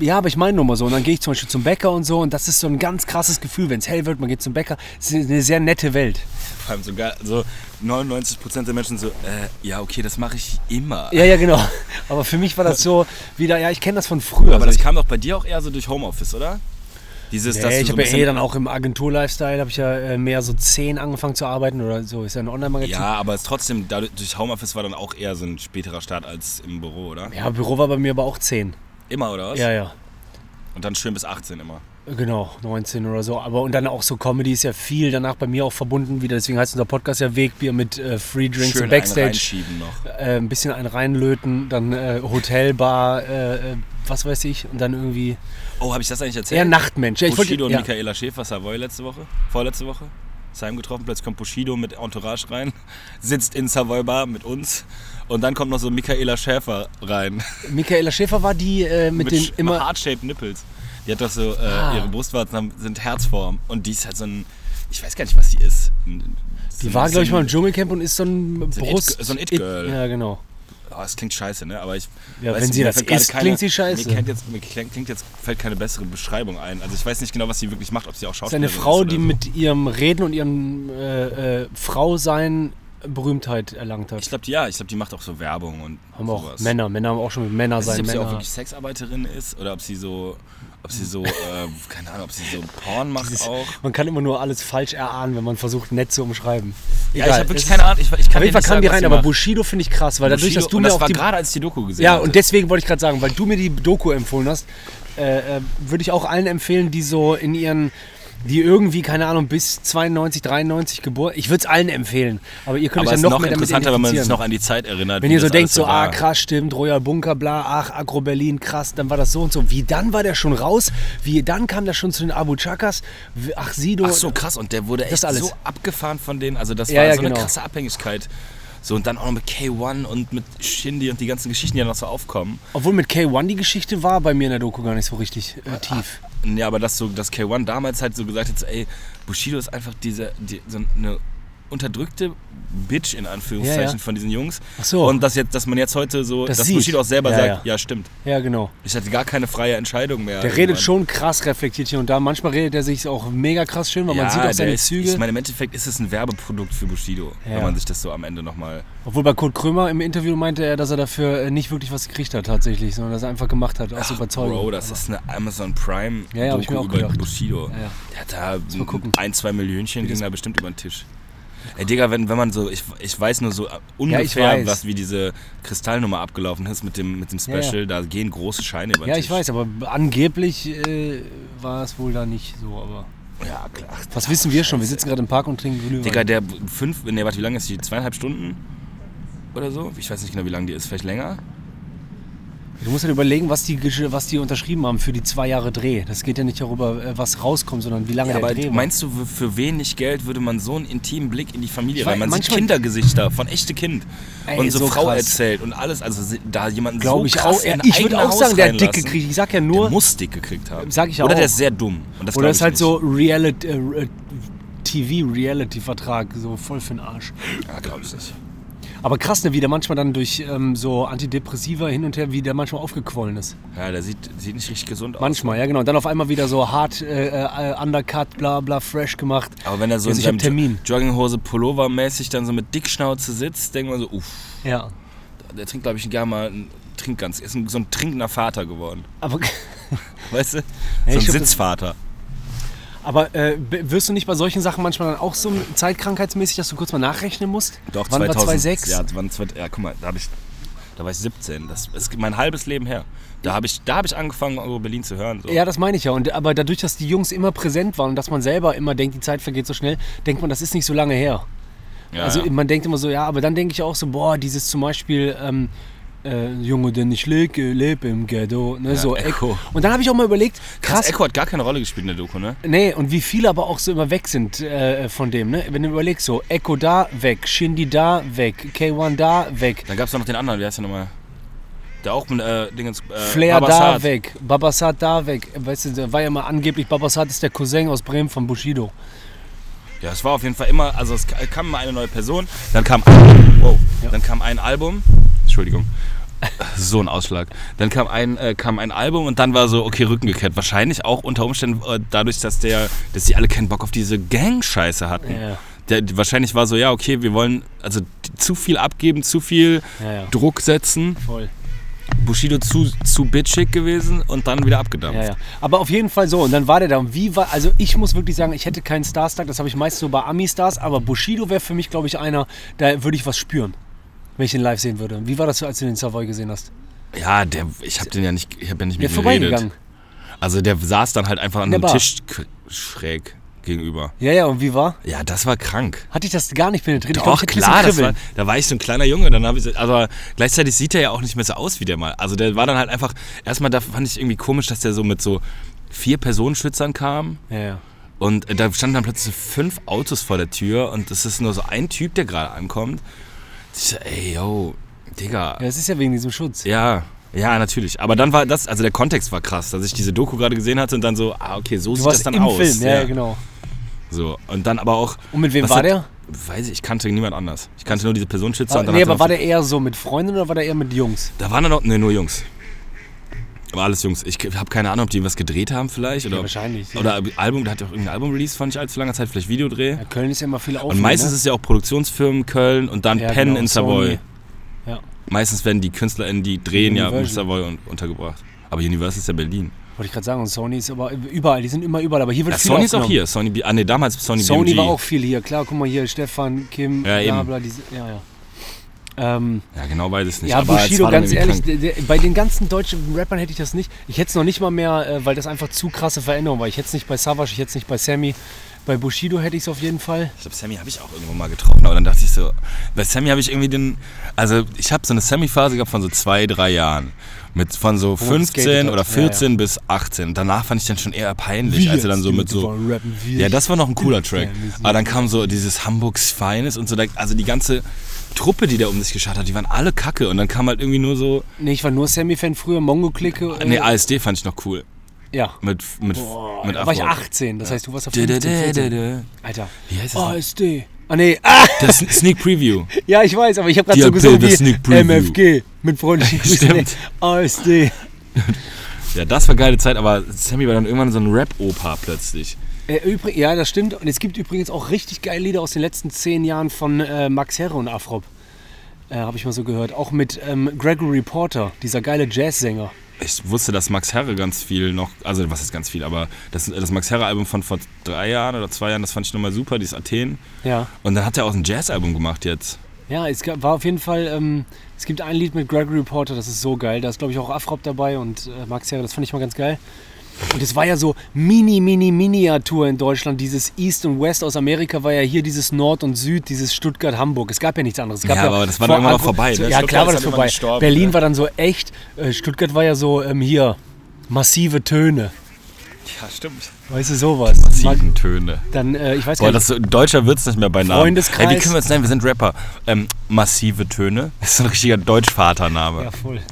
Speaker 1: Ja, aber ich meine nur mal so. Und dann gehe ich zum Beispiel zum Bäcker und so. Und das ist so ein ganz krasses Gefühl, wenn es hell wird, man geht zum Bäcker. Es ist eine sehr nette Welt.
Speaker 2: Vor allem sogar so 99% der Menschen so, äh, ja, okay, das mache ich immer.
Speaker 1: Ja, ja, genau. <laughs> Aber für mich war das so wieder, ja, ich kenne das von früher.
Speaker 2: Aber
Speaker 1: Also
Speaker 2: das
Speaker 1: ich,
Speaker 2: kam doch bei dir auch eher so durch Homeoffice, oder? Dieses, dass
Speaker 1: nee,
Speaker 2: du
Speaker 1: ich
Speaker 2: so ein
Speaker 1: habe ja eh
Speaker 2: bisschen-
Speaker 1: dann auch im Agentur-Lifestyle, habe ich ja äh, mehr so 10 angefangen zu arbeiten oder so. Ist ja ein Online-Magazin.
Speaker 2: Ja, aber es trotzdem, dadurch, durch Homeoffice war dann auch eher so ein späterer Start als im Büro, oder?
Speaker 1: Ja, Büro war bei mir aber auch 10.
Speaker 2: Immer, oder was?
Speaker 1: Ja, ja.
Speaker 2: Und dann schön bis 18 immer.
Speaker 1: Genau, 19 oder so. Aber und dann auch so Comedy ist ja viel danach bei mir auch verbunden wieder. Deswegen heißt unser Podcast ja Wegbier mit äh, Free Drinks
Speaker 2: schön
Speaker 1: und
Speaker 2: Einen
Speaker 1: Backstage.
Speaker 2: reinschieben noch.
Speaker 1: Äh, ein bisschen einen reinlöten, dann äh, Hotelbar, äh, äh, was weiß ich. Und dann irgendwie
Speaker 2: Oh, habe ich das eigentlich erzählt?
Speaker 1: eher Nachtmensch. Ja, ich wollte,
Speaker 2: Bushido und
Speaker 1: ja,
Speaker 2: Michaela Schäfer, Savoy letzte Woche, vorletzte Woche. Heim getroffen, plötzlich kommt Bushido mit Entourage rein, <laughs> sitzt in Savoy Bar mit uns und dann kommt noch so Michaela Schäfer rein.
Speaker 1: Michaela Schäfer war die äh, mit, den
Speaker 2: sch-
Speaker 1: immer...
Speaker 2: Heart-shaped Nipples. Die hat doch so, äh,
Speaker 1: Ah.
Speaker 2: ihre Brustwarzen haben, sind Herzform und die ist halt so ein, ich weiß gar nicht, was sie ist. Ein- so
Speaker 1: Die
Speaker 2: ein
Speaker 1: war, glaube ich,
Speaker 2: bisschen-
Speaker 1: mal im Dschungelcamp und ist so ein
Speaker 2: So ein
Speaker 1: Brust...
Speaker 2: It- so ein It-Girl.
Speaker 1: Ja, genau.
Speaker 2: Oh, das klingt scheiße, ne? Aber ich.
Speaker 1: Ja,
Speaker 2: weiß
Speaker 1: wenn
Speaker 2: nicht,
Speaker 1: sie
Speaker 2: mir
Speaker 1: das
Speaker 2: fällt gerade
Speaker 1: ist, klingt sie scheiße.
Speaker 2: Mir, kennt jetzt, mir klingt, klingt jetzt, fällt keine bessere Beschreibung ein. Also ich weiß nicht genau, was sie wirklich macht, ob sie auch
Speaker 1: Ist eine
Speaker 2: Schauspielerin
Speaker 1: Frau, die
Speaker 2: oder so.
Speaker 1: mit ihrem Reden und ihrem äh, äh, Frausein Berühmtheit erlangt hat.
Speaker 2: Ich glaube, ja, ich glaube, die macht auch so Werbung und
Speaker 1: haben auch
Speaker 2: sowas. Also
Speaker 1: Männer. Männer haben auch schon mit Männer
Speaker 2: Ich weiß
Speaker 1: sein.
Speaker 2: nicht, ob sie auch
Speaker 1: Männer.
Speaker 2: wirklich Sexarbeiterin ist oder ob sie so, ob sie so, äh, keine Ahnung, ob sie so Porn macht
Speaker 1: Dieses-
Speaker 2: auch.
Speaker 1: Man kann immer nur alles falsch erahnen, wenn man versucht, nett zu umschreiben.
Speaker 2: Ja, ich
Speaker 1: Egal,
Speaker 2: habe wirklich
Speaker 1: es
Speaker 2: keine
Speaker 1: ist-
Speaker 2: Ahnung. Ich, ich kann
Speaker 1: Auf jeden Fall kamen die rein, aber
Speaker 2: Bushido,
Speaker 1: Bushido finde ich krass, weil dadurch, dass du
Speaker 2: und
Speaker 1: mir
Speaker 2: das
Speaker 1: auf
Speaker 2: war
Speaker 1: die.
Speaker 2: gerade, als ich die Doku gesehen
Speaker 1: Ja,
Speaker 2: hatte.
Speaker 1: und deswegen wollte ich gerade sagen, weil du mir die Doku empfohlen hast, äh, äh, würde ich auch allen empfehlen, die so in ihren. Die irgendwie, keine Ahnung, bis 92, 93 geboren. Ich würde es allen empfehlen. Aber ihr könnt euch
Speaker 2: aber es
Speaker 1: ja
Speaker 2: ist
Speaker 1: noch,
Speaker 2: noch
Speaker 1: mehr damit
Speaker 2: interessanter, wenn man sich
Speaker 1: identifizieren.
Speaker 2: noch an die Zeit erinnert.
Speaker 1: Wenn
Speaker 2: wie
Speaker 1: ihr so
Speaker 2: das
Speaker 1: denkt,
Speaker 2: alles
Speaker 1: so, ah
Speaker 2: war.
Speaker 1: krass, stimmt, Royal Bunker, bla, ach, Agro Berlin, krass, dann war das so und so. Wie dann war der schon raus? Wie dann kam der schon zu den Abu Chakas? Wie- Ach, Sido.
Speaker 2: Ach so, krass. Und der wurde echt
Speaker 1: Das alles.
Speaker 2: so abgefahren von denen. Also das
Speaker 1: Ja,
Speaker 2: war
Speaker 1: ja,
Speaker 2: so
Speaker 1: genau.
Speaker 2: eine krasse Abhängigkeit. So, und dann auch noch mit K1 und mit Shindy und die ganzen Geschichten, die dann noch so aufkommen.
Speaker 1: Obwohl mit K1 die Geschichte war bei mir in der Doku gar nicht so richtig äh, tief.
Speaker 2: Ja, aber dass, so, dass K1 damals halt so gesagt hat, so, ey, Bushido ist einfach diese, die, so eine unterdrückte Bitch in Anführungszeichen
Speaker 1: Ja, ja.
Speaker 2: von diesen Jungs.
Speaker 1: Ach so.
Speaker 2: Und dass, jetzt, dass man jetzt heute so,
Speaker 1: Das
Speaker 2: dass
Speaker 1: sieht.
Speaker 2: Bushido auch selber
Speaker 1: Ja,
Speaker 2: sagt,
Speaker 1: ja.
Speaker 2: ja. stimmt,
Speaker 1: Ja, genau.
Speaker 2: ich hatte gar keine freie Entscheidung mehr.
Speaker 1: Der redet schon krass reflektiert hier und da. Manchmal redet er sich auch mega krass schön, weil
Speaker 2: ja,
Speaker 1: man sieht auch
Speaker 2: der
Speaker 1: seine
Speaker 2: ist,
Speaker 1: Züge.
Speaker 2: Ich meine, im Endeffekt ist es ein Werbeprodukt für Bushido,
Speaker 1: Ja.
Speaker 2: wenn man sich das so am Ende nochmal...
Speaker 1: Obwohl bei Kurt Krömer im Interview meinte er, dass er dafür äh, nicht wirklich was gekriegt hat tatsächlich, sondern dass er einfach gemacht hat, aus Überzeugung.
Speaker 2: Bro, das ist eine Amazon Prime
Speaker 1: Ja, ja, hab ich mir
Speaker 2: Doku
Speaker 1: auch
Speaker 2: über
Speaker 1: gedacht.
Speaker 2: Bushido.
Speaker 1: Ja, ja.
Speaker 2: Der hat da
Speaker 1: mal gucken.
Speaker 2: ein, zwei Millionchen ging da bestimmt über den Tisch. Ey, Digga, wenn, wenn man so, ich, ich weiß nur so ungefähr,
Speaker 1: weiß.
Speaker 2: was wie diese Kristallnummer abgelaufen ist mit dem, mit dem
Speaker 1: Ja, ja.
Speaker 2: Special, da gehen große Scheine über den
Speaker 1: ja,
Speaker 2: Tisch.
Speaker 1: ich weiß, aber angeblich äh, war es wohl da nicht so, aber.
Speaker 2: Ja, klar. Ach,
Speaker 1: Was wissen wir schon? Wir sitzen gerade im Park und trinken Glühwein.
Speaker 2: Digga, der fünf, nee, warte, wie lange ist die? Zweieinhalb Stunden? Oder so? Ich weiß nicht genau, wie lange die ist. Vielleicht länger?
Speaker 1: du musst halt überlegen, was die, gesch- was die unterschrieben haben für die zwei Jahre Dreh. Das geht ja nicht darüber, äh, was rauskommt, sondern wie lange
Speaker 2: Ja,
Speaker 1: der
Speaker 2: aber
Speaker 1: Dreh war.
Speaker 2: meinst du, für- für wenig Geld würde man so einen intimen Blick in die Familie
Speaker 1: Ich
Speaker 2: rein?
Speaker 1: weiß,
Speaker 2: Man sieht
Speaker 1: manchmal-
Speaker 2: Kindergesichter von echte Kind
Speaker 1: Ey,
Speaker 2: und so,
Speaker 1: so
Speaker 2: Frau
Speaker 1: krass.
Speaker 2: erzählt und alles. Also se- da jemanden so
Speaker 1: Glaube ich
Speaker 2: krass
Speaker 1: auch. Ja,
Speaker 2: in
Speaker 1: ich würde
Speaker 2: eigene
Speaker 1: auch
Speaker 2: Haus
Speaker 1: sagen, der hat dick
Speaker 2: reinlassen.
Speaker 1: gekriegt. Ich sag ja
Speaker 2: Der
Speaker 1: nur.
Speaker 2: muss dick gekriegt haben.
Speaker 1: Sag ich ja
Speaker 2: Oder
Speaker 1: auch.
Speaker 2: der ist sehr dumm. Und das
Speaker 1: Oder
Speaker 2: glaub
Speaker 1: ist
Speaker 2: ich
Speaker 1: halt
Speaker 2: nicht.
Speaker 1: so Reality, äh, äh, TV-Reality-Vertrag, so voll für den Arsch.
Speaker 2: Ja, glaube ich nicht.
Speaker 1: Aber krass, ne, wie der manchmal dann durch ähm, so Antidepressiva hin und her, wie der manchmal aufgequollen ist.
Speaker 2: Ja, der sieht, sieht nicht richtig gesund aus.
Speaker 1: Manchmal, ja genau. Und dann auf einmal wieder so hart äh, äh, Undercut, bla bla, fresh gemacht.
Speaker 2: Aber wenn er so
Speaker 1: Ja,
Speaker 2: in
Speaker 1: so, ich hab
Speaker 2: seinem
Speaker 1: Termin.
Speaker 2: Jo- Jogginghose Pullover-mäßig dann so mit Dickschnauze sitzt, denkt man so, uff,
Speaker 1: Ja.
Speaker 2: der trinkt, glaube ich, gerne mal einen Trink ganz. Ist ein, so ein trinkender Vater geworden.
Speaker 1: Aber, <laughs>
Speaker 2: Weißt
Speaker 1: ich
Speaker 2: du? so ein
Speaker 1: glaub, das-
Speaker 2: Sitzvater.
Speaker 1: aber äh, b- wirst du nicht bei solchen Sachen manchmal dann auch so zeitkrankheitsmäßig, dass du kurz mal nachrechnen musst?
Speaker 2: Doch,
Speaker 1: Wann
Speaker 2: 2000,
Speaker 1: war 2006?
Speaker 2: Ja, wann, zwei- ja, guck mal, da, hab ich, da war ich 17. Das ist mein halbes Leben her. Da habe ich, da hab ich angefangen, Euro Berlin zu hören. So.
Speaker 1: Ja, das meine ich ja. Und, aber dadurch, dass die Jungs immer präsent waren und dass man selber immer denkt, die Zeit vergeht so schnell, denkt man, das ist nicht so lange her.
Speaker 2: Ja,
Speaker 1: also
Speaker 2: ja.
Speaker 1: man denkt immer so, ja, aber dann denke ich auch so, boah, dieses zum Beispiel, ähm, äh, Junge, denn ich lebe äh, leb im Ghetto, ne, so
Speaker 2: Echo.
Speaker 1: Echo. Und dann habe ich auch mal überlegt,
Speaker 2: Krass,
Speaker 1: krass,
Speaker 2: Echo hat gar keine Rolle gespielt in der Doku, ne?
Speaker 1: nee, und wie viele aber auch so immer weg sind äh, von dem, ne? Wenn du überlegst, so Echo da weg, Shindy da weg, K1 da weg,
Speaker 2: Dann gab es noch den anderen, wie heißt der nochmal? Der auch mit äh, Dingens. Äh,
Speaker 1: Flair
Speaker 2: Baba
Speaker 1: da
Speaker 2: Saad.
Speaker 1: weg, Babasat da weg. Weißt du, da war ja mal angeblich, Babasat ist der Cousin aus Bremen von Bushido.
Speaker 2: Ja, es war auf jeden Fall immer, also es ka- kam mal eine neue Person, dann kam, wow, dann kam ein Album, Entschuldigung, So ein Ausschlag. Dann kam ein, äh, kam ein Album und dann war so, okay, Rücken gekehrt. Wahrscheinlich auch unter Umständen äh, dadurch, dass, der, dass die alle keinen Bock auf diese Gang-Scheiße hatten.
Speaker 1: Ja,
Speaker 2: Der, die- wahrscheinlich war so, ja, okay, wir wollen also die- zu viel abgeben, zu viel
Speaker 1: ja, ja.
Speaker 2: Druck setzen.
Speaker 1: Voll.
Speaker 2: Bushido zu, zu bitchig gewesen und dann wieder abgedampft.
Speaker 1: Ja, ja. Aber auf jeden Fall so. Und dann war der da. Und wie war, also ich muss wirklich sagen, ich hätte keinen Starstag, das habe ich meist so bei Ami-Stars, aber Bushido wäre für mich, glaube ich, einer, da würde ich was spüren, wenn ich den live sehen würde. Wie war das, als du den Savoy gesehen hast?
Speaker 2: Ja, der, ich habe den ja nicht, ich habe ja nicht
Speaker 1: Der ist
Speaker 2: mit ihm geredet.
Speaker 1: vorbeigegangen.
Speaker 2: Also der saß dann halt einfach an
Speaker 1: In der Bar.
Speaker 2: einem Tisch k- schräg gegenüber.
Speaker 1: Ja, ja, und wie war?
Speaker 2: Ja, das war krank.
Speaker 1: Hatte ich das gar nicht penetriert? Ich glaub,
Speaker 2: Doch,
Speaker 1: ich hätte ein
Speaker 2: klar,
Speaker 1: bisschen
Speaker 2: das war,
Speaker 1: kribbeln.
Speaker 2: da war ich so ein kleiner Junge. Dann hab ich, so- aber gleichzeitig sieht er ja auch nicht mehr so aus wie der mal. Also der war dann halt einfach, erstmal da fand ich irgendwie komisch, dass der so mit so vier Personenschützern kam
Speaker 1: Ja, ja.
Speaker 2: und äh, da standen dann plötzlich so fünf Autos vor der Tür und es ist nur so ein Typ, der gerade ankommt. Ich so, ey, yo, Digga.
Speaker 1: ja, das ist ja wegen diesem Schutz.
Speaker 2: Ja, ja, natürlich. Aber dann war das, also der Kontext war krass, dass ich diese Doku gerade gesehen hatte und dann so, ah, okay, so
Speaker 1: Du
Speaker 2: sieht das
Speaker 1: warst
Speaker 2: dann
Speaker 1: im
Speaker 2: aus.
Speaker 1: Film, ja, ja, genau.
Speaker 2: So, und dann aber auch,
Speaker 1: Und mit wem
Speaker 2: Was
Speaker 1: war
Speaker 2: hat-
Speaker 1: der?
Speaker 2: weiß ich, ich kannte niemand anders. Ich kannte nur diese Personenschützer.
Speaker 1: War,
Speaker 2: und dann
Speaker 1: nee,
Speaker 2: hat er
Speaker 1: aber war
Speaker 2: noch-
Speaker 1: der eher so mit Freunden oder war der eher mit Jungs?
Speaker 2: Da waren dann noch, ne, nur Jungs. Aber alles Jungs. Ich habe keine Ahnung, ob die was gedreht haben vielleicht oder,
Speaker 1: ja, wahrscheinlich.
Speaker 2: oder Album, der hat ja auch irgendein Album-Release, fand ich allzu lange Zeit, vielleicht Videodreh.
Speaker 1: ja, Köln ist ja immer viel auf. ne?
Speaker 2: und meistens ist es ja auch Produktionsfirmen Köln und dann
Speaker 1: Ja,
Speaker 2: Penn
Speaker 1: genau,
Speaker 2: in Savoy.
Speaker 1: Sony. Ja.
Speaker 2: Meistens werden die KünstlerInnen, die drehen ja in
Speaker 1: Universal.
Speaker 2: Savoy un- untergebracht. Aber Universal ist ja Berlin.
Speaker 1: Wollte ich gerade sagen, und Sony ist aber überall, die sind immer überall, aber hier wird
Speaker 2: Ja,
Speaker 1: viel
Speaker 2: Sony ist auch
Speaker 1: aufgenommen.
Speaker 2: hier. Sony, B- ah, nee, damals Sony,
Speaker 1: Sony
Speaker 2: BMG.
Speaker 1: war auch viel hier, klar, guck mal hier, Stefan, Kim, bla
Speaker 2: Ja, eben.
Speaker 1: bla, diese, ja, ja. Ähm,
Speaker 2: Ja, genau weiß ich nicht.
Speaker 1: ja,
Speaker 2: aber es
Speaker 1: Bushido,
Speaker 2: war dann
Speaker 1: ganz
Speaker 2: irgendwie
Speaker 1: ehrlich,
Speaker 2: krank.
Speaker 1: der, der, bei den ganzen deutschen Rappern hätte ich das nicht. Ich hätte es noch nicht mal mehr, äh, weil das einfach zu krasse Veränderung war. Ich hätte es nicht bei Savage, ich hätte es nicht bei Sammy. Bei Bushido hätte ich es auf jeden Fall.
Speaker 2: Ich glaube, Sammy habe ich auch irgendwo mal getroffen, aber dann dachte ich so, bei Sammy habe ich irgendwie den, also ich habe so eine Sammy-Phase gehabt von so zwei, drei Jahren. Mit von so
Speaker 1: man geskatet
Speaker 2: 15
Speaker 1: hat.
Speaker 2: oder
Speaker 1: Ja,
Speaker 2: 14 bis 18. Danach fand ich dann schon eher peinlich, als er dann so mit so. Ja, das war noch ein cooler Track.
Speaker 1: Ja, wir sind-
Speaker 2: Aber dann kam so dieses Hamburgs Feines und so, da- also die ganze Truppe, die der um sich geschart hat, die waren alle kacke. Und dann kam halt irgendwie nur so,
Speaker 1: Nee, ich war nur Sammy-Fan früher, Mongo-Clique. äh,
Speaker 2: nee, ASD fand ich noch cool.
Speaker 1: ja.
Speaker 2: Mit, mit, mit
Speaker 1: da war ich
Speaker 2: Afro.
Speaker 1: 18, das heißt, du warst auf
Speaker 2: Dä, dä,
Speaker 1: 15, 14.
Speaker 2: dä, dä, dä.
Speaker 1: Alter.
Speaker 2: Wie heißt das? noch?
Speaker 1: ASD. Ah, nee. Ah,
Speaker 2: Das Sneak
Speaker 1: <laughs>
Speaker 2: Preview.
Speaker 1: ja, ich weiß, aber ich habe gerade
Speaker 2: Die
Speaker 1: so
Speaker 2: Appell
Speaker 1: gesungen
Speaker 2: der Sneak
Speaker 1: wie
Speaker 2: Preview.
Speaker 1: MFG. Mit
Speaker 2: <laughs>
Speaker 1: freundlichen Grüßen.
Speaker 2: Stimmt.
Speaker 1: ASD.
Speaker 2: Ja, das war geile Zeit, aber Sammy war dann irgendwann so ein Rap-Opa plötzlich.
Speaker 1: Äh, übrig, ja, das stimmt. Und es gibt übrigens auch richtig geile Lieder aus den letzten zehn Jahren von äh, Max Herre und Afrop. Äh, Habe ich mal so gehört. Auch mit ähm, Gregory Porter, dieser geile Jazzsänger.
Speaker 2: Ich wusste, dass Max Herre ganz viel noch, also was ist ganz viel, aber das, das Max Herre-Album von vor drei Jahren oder zwei Jahren, das fand ich nochmal super, dieses Athen.
Speaker 1: Ja.
Speaker 2: Und dann hat er auch ein Jazz-Album gemacht jetzt.
Speaker 1: Ja, es gab, war auf jeden Fall, ähm, es gibt ein Lied mit Gregory Porter, das ist so geil. Da ist, glaube ich, auch Afrop dabei und äh, Max Herre, das fand ich mal ganz geil. Und es war ja so mini, mini, Miniatur in Deutschland. Dieses East und West aus Amerika war ja hier dieses Nord und Süd, dieses Stuttgart-Hamburg. Es gab ja nichts anderes. Es gab
Speaker 2: Ja,
Speaker 1: ja,
Speaker 2: aber das war
Speaker 1: vor
Speaker 2: dann irgendwann auch
Speaker 1: Agro-
Speaker 2: vorbei,
Speaker 1: So,
Speaker 2: ne?
Speaker 1: ja,
Speaker 2: Stuttgart
Speaker 1: klar war
Speaker 2: ist
Speaker 1: das
Speaker 2: dann
Speaker 1: vorbei.
Speaker 2: irgendwann gestorben,
Speaker 1: Berlin
Speaker 2: ne?
Speaker 1: war dann so echt. Äh, Stuttgart war ja so ähm, hier massive Töne.
Speaker 2: Ja, stimmt.
Speaker 1: Weißt du, sowas. Mag-
Speaker 2: Sieben Töne.
Speaker 1: Dann, äh, ich weiß
Speaker 2: Boah,
Speaker 1: gar nicht.
Speaker 2: das, deutscher wird's nicht mehr bei Namen.
Speaker 1: Freundeskreis.
Speaker 2: Ey, wie können wir uns nennen? Wir sind Rapper. Ähm, massive Töne. Das ist ein richtiger Deutschvatername.
Speaker 1: Ja, voll.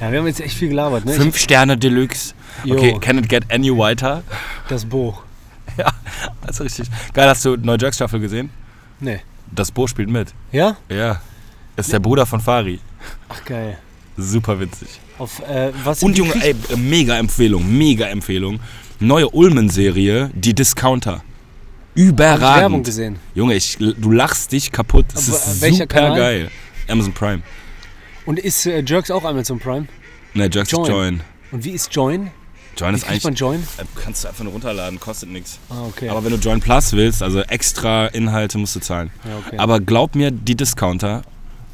Speaker 1: Ja, wir haben jetzt echt viel gelabert, ne?
Speaker 2: Fünf Sterne Deluxe.
Speaker 1: Jo.
Speaker 2: Okay, can it get any whiter?
Speaker 1: Ich, das Bo.
Speaker 2: Ja, das ist richtig. Geil, hast du neue Jerk-Staffel gesehen?
Speaker 1: Nee.
Speaker 2: Das Bo spielt mit.
Speaker 1: Ja?
Speaker 2: Ja. Ist der Bruder von Fari.
Speaker 1: Ach, geil.
Speaker 2: Super witzig.
Speaker 1: Auf, äh, was
Speaker 2: Und
Speaker 1: wie
Speaker 2: Junge,
Speaker 1: kriegt-
Speaker 2: ey, mega Empfehlung, mega Empfehlung. Neue Ulmen-Serie, die Discounter.
Speaker 1: Hab ich Werbung
Speaker 2: Überragend.
Speaker 1: gesehen.
Speaker 2: Junge, ich, du lachst dich kaputt. Es
Speaker 1: Aber,
Speaker 2: ist
Speaker 1: äh, welcher
Speaker 2: super
Speaker 1: Kanal?
Speaker 2: geil. Amazon Prime.
Speaker 1: Und ist äh, Jerks auch Amazon Prime?
Speaker 2: Ne, Jerks Join.
Speaker 1: Join.
Speaker 2: Join.
Speaker 1: Und wie ist Join?
Speaker 2: Join
Speaker 1: Wie
Speaker 2: ist
Speaker 1: kriegt
Speaker 2: eigentlich.
Speaker 1: man Join?
Speaker 2: äh, kannst du einfach nur runterladen, kostet nichts.
Speaker 1: Ah, okay.
Speaker 2: Aber wenn du Join Plus willst, also extra Inhalte, musst du zahlen.
Speaker 1: ja, okay.
Speaker 2: Aber glaub mir, die Discounter,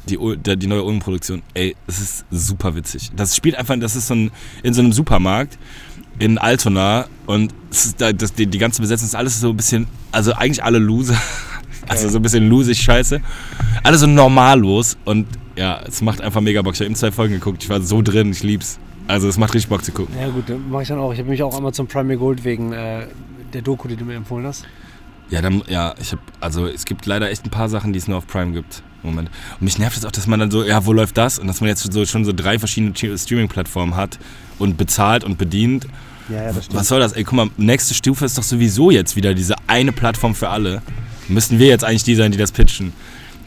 Speaker 2: die, Ul- der, die neue Ulm-Produktion, ey, es ist super witzig. Das spielt einfach, das ist so ein, in so einem Supermarkt in Altona und es ist da, das, die, die ganze Besetzung ist alles so ein bisschen, also eigentlich alle Loser. <laughs> Also so ein bisschen losig scheiße. Alle so normallos und ja, es macht einfach mega Bock. Ich habe eben zwei Folgen geguckt, ich war so drin, ich lieb's. Also es macht richtig Bock zu gucken.
Speaker 1: ja gut, mache ich dann auch. Ich habe mich auch Amazon Prime geholt wegen äh, der Doku, die du mir empfohlen hast.
Speaker 2: Ja, dann, ja, ich hab, also es gibt leider echt ein paar Sachen, die es nur auf Prime gibt. im Moment. Und mich nervt es auch, dass man dann so, ja, wo läuft das? Und dass man jetzt so, schon so drei verschiedene Chi- Streaming-Plattformen hat und bezahlt und bedient.
Speaker 1: Ja, ja, das
Speaker 2: Was soll das? Ey, guck mal, nächste Stufe ist doch sowieso jetzt wieder diese eine Plattform für alle. Müssen wir jetzt eigentlich die sein, die das pitchen?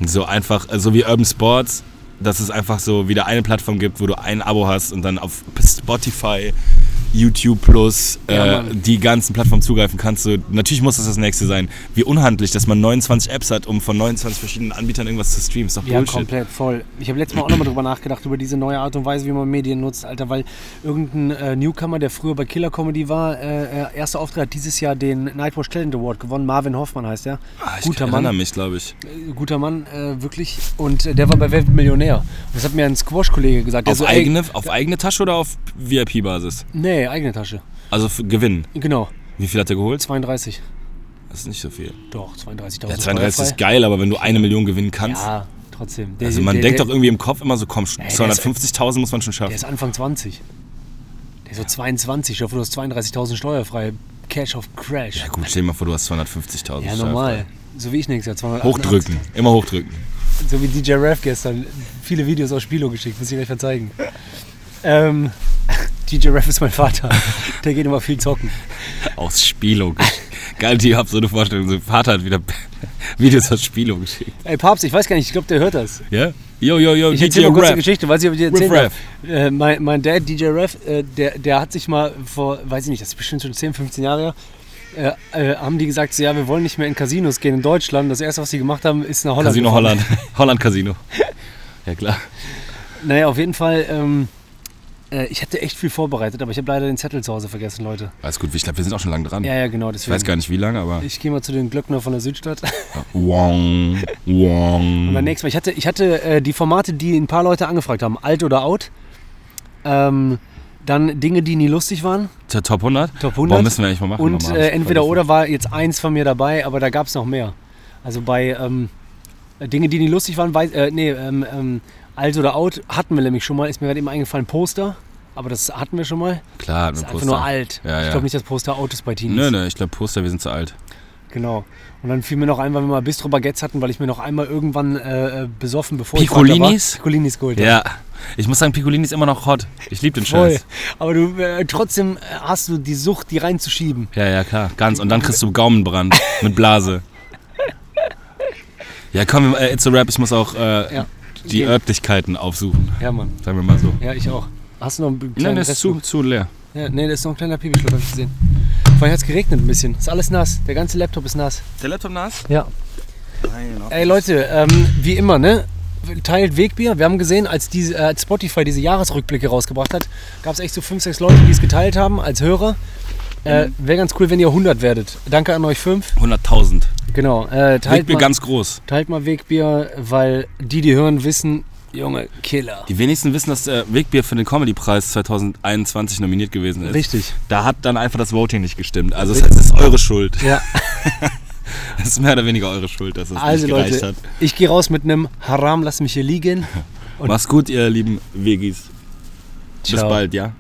Speaker 2: So einfach, äh, so wie Urban Sports, dass es einfach so wieder eine Plattform gibt, wo du ein Abo hast und dann auf Spotify, YouTube Plus,
Speaker 1: Ja,
Speaker 2: äh,
Speaker 1: Mann.
Speaker 2: die ganzen Plattformen zugreifen kannst. So, natürlich muss das das nächste sein. Wie unhandlich, dass man 29 Apps hat, um von 29 verschiedenen Anbietern irgendwas zu streamen. Ist doch
Speaker 1: Ja,
Speaker 2: Bullshit.
Speaker 1: komplett voll. Ich habe letztes Mal auch nochmal drüber nachgedacht, über diese neue Art und Weise, wie man Medien nutzt, Alter, weil irgendein äh, Newcomer, der früher bei Killer Comedy war, äh, äh, erster Auftritt hat dieses Jahr den Nightwatch Talent Award gewonnen. Marvin Hoffmann heißt er.
Speaker 2: Ah, ich
Speaker 1: Guter
Speaker 2: erinnere
Speaker 1: Mann.
Speaker 2: mich, glaube ich.
Speaker 1: Äh, guter Mann, äh, wirklich. Und äh, der war bei Wer wird Millionär. Und das hat mir ein Squash-Kollege gesagt. Der
Speaker 2: Auf,
Speaker 1: so, Also, ey,
Speaker 2: eigene, auf eigene Tasche oder auf VIP-Basis?
Speaker 1: Nee, eigene Tasche.
Speaker 2: Also für Gewinn.
Speaker 1: Genau,
Speaker 2: Wie viel hat er geholt?
Speaker 1: 32.
Speaker 2: Das ist nicht so viel.
Speaker 1: Doch, 32.000.
Speaker 2: Ja, 32 ist
Speaker 1: steuerfrei.
Speaker 2: geil, aber wenn du eine Million gewinnen kannst.
Speaker 1: Also Ja, trotzdem. Der,
Speaker 2: Also man
Speaker 1: der,
Speaker 2: denkt
Speaker 1: der,
Speaker 2: doch irgendwie im Kopf immer so, komm,
Speaker 1: der ist-
Speaker 2: 250.000 muss man schon
Speaker 1: Der
Speaker 2: schaffen.
Speaker 1: ist Anfang 20. Der ist so 22. Ich hoffe, du hast 32.000 steuerfrei. Cash auf Crash.
Speaker 2: Ja gut, stell dir mal vor, du hast 250.000.
Speaker 1: Ja,
Speaker 2: Scheiß
Speaker 1: normal.
Speaker 2: drauf.
Speaker 1: So wie ich nächstes Jahr. 288.
Speaker 2: Hochdrücken, immer hochdrücken.
Speaker 1: So wie DJ Rev gestern. Viele Videos aus Spielo geschickt, muss ich euch mal zeigen. Ähm, <laughs> DJ Rev ist mein Vater. Der geht immer viel zocken. <laughs>
Speaker 2: Aus Spielo. gesch- Geil, die hab so eine Vorstellung. So, Vater hat wieder <laughs> Videos aus Spielo geschickt.
Speaker 1: Ey, Papst, ich weiß gar nicht, ich glaube, der hört das.
Speaker 2: Ja? Yo, yo, yo,
Speaker 1: Ich
Speaker 2: DJ
Speaker 1: erzähle mal kurz eine
Speaker 2: Rap.
Speaker 1: Geschichte, weiß ich, ob ich dir
Speaker 2: Riff
Speaker 1: erzählt habe. Äh, mein, mein Dad, DJ Rev, äh, der, der hat sich mal vor, weiß ich nicht, das ist bestimmt schon 10, 15 Jahre her, äh, äh, haben die gesagt, so, ja, wir wollen nicht mehr in Casinos gehen in Deutschland. Das erste, was sie gemacht haben, ist nach Holland.
Speaker 2: Casino
Speaker 1: gefahren. <laughs>
Speaker 2: Holland. Holland Casino. Ja, klar.
Speaker 1: Naja, auf jeden Fall, ähm, äh, ich hätte echt viel vorbereitet, aber ich habe leider den Zettel zu Hause vergessen, Leute.
Speaker 2: Alles gut, ich glaube, wir sind auch schon lange dran.
Speaker 1: Ja, ja, genau,
Speaker 2: Ich
Speaker 1: deswegen.
Speaker 2: weiß gar nicht, wie lange, aber...
Speaker 1: Ich gehe mal zu den Glöckner von der Südstadt. <laughs>
Speaker 2: Wong,
Speaker 1: Und dann
Speaker 2: wong.
Speaker 1: nächstes Mal. Ich hatte, ich hatte äh, die Formate, die ein paar Leute angefragt haben. Alt oder out. Ähm, dann Dinge, die nie lustig waren.
Speaker 2: Zur Top 100?
Speaker 1: Top
Speaker 2: Boah,
Speaker 1: 100.
Speaker 2: müssen wir eigentlich mal machen.
Speaker 1: Und äh,
Speaker 2: nochmal. Hab ich
Speaker 1: entweder
Speaker 2: vergessen.
Speaker 1: oder war jetzt eins von mir dabei, aber da gab es noch mehr. Also bei ähm, Dinge, die nie lustig waren, weiß, äh, nee, ähm, ähm, alt oder out hatten wir nämlich schon mal. Ist mir gerade eben eingefallen, Poster. Aber das hatten wir schon mal.
Speaker 2: Klar,
Speaker 1: Das ist
Speaker 2: mit
Speaker 1: einfach
Speaker 2: Poster.
Speaker 1: nur alt.
Speaker 2: Ja,
Speaker 1: ich
Speaker 2: ja.
Speaker 1: glaube nicht, dass Poster out ist bei Teenies.
Speaker 2: Nö, nö, ich glaube Poster, wir sind zu alt.
Speaker 1: Genau. Und dann fiel mir noch ein, weil wir mal Bistro Baguettes hatten, weil ich mir noch einmal irgendwann äh, äh, besoffen, bevor
Speaker 2: Piccolinis?
Speaker 1: ich Vater war, Piccolinis geholt habe.
Speaker 2: Ja. Ich muss sagen, Piccolini ist immer noch hot. Ich liebe den
Speaker 1: Voll.
Speaker 2: Scheiß.
Speaker 1: Aber du, äh, trotzdem äh, hast du die Sucht, die reinzuschieben.
Speaker 2: Ja, ja, klar. Ganz. Und dann kriegst du
Speaker 1: <laughs>
Speaker 2: Gaumenbrand mit Blase. Ja, komm, äh, it's a rap. Ich muss auch äh,
Speaker 1: Ja.
Speaker 2: die
Speaker 1: Okay.
Speaker 2: Örtlichkeiten aufsuchen.
Speaker 1: Ja, Mann.
Speaker 2: Sagen wir mal so.
Speaker 1: Ja, ich auch. Hast du noch einen
Speaker 2: Nein,
Speaker 1: kleinen
Speaker 2: das ist
Speaker 1: Rest?
Speaker 2: zu, zu leer.
Speaker 1: Ja, nee, da ist noch ein kleiner Pipi-Schluck, hab ich gesehen. Vorhin hat es geregnet ein bisschen. Ist alles nass. Der ganze Laptop ist nass.
Speaker 2: Der Laptop nass?
Speaker 1: Ja.
Speaker 2: Nein,
Speaker 1: Ey, Leute, ähm, wie immer, ne? Teilt Wegbier. Wir haben gesehen, als, diese, äh, als Spotify diese Jahresrückblicke rausgebracht hat, gab es echt so fünf, sechs Leute, die es geteilt haben als Hörer. Äh, Wäre ganz cool, wenn ihr 100 werdet. Danke an euch fünf.
Speaker 2: 100.000.
Speaker 1: Genau. Äh, teilt,
Speaker 2: Wegbier
Speaker 1: mal,
Speaker 2: ganz groß.
Speaker 1: teilt mal Wegbier, weil die, die hören, wissen, Junge, Killer.
Speaker 2: Die wenigsten wissen, dass äh, Wegbier für den Comedy-Preis 2021 nominiert gewesen ist.
Speaker 1: Richtig.
Speaker 2: Da hat dann einfach das Voting nicht gestimmt. Also das heißt, es ist eure Schuld.
Speaker 1: Ja,
Speaker 2: Es ist mehr oder weniger eure Schuld, dass es
Speaker 1: also
Speaker 2: nicht gereicht
Speaker 1: Leute,
Speaker 2: hat.
Speaker 1: ich gehe raus mit einem Haram, lass mich hier liegen. Und-
Speaker 2: Mach's gut, ihr lieben Wegis. Bis
Speaker 1: Ciao.
Speaker 2: bald, ja?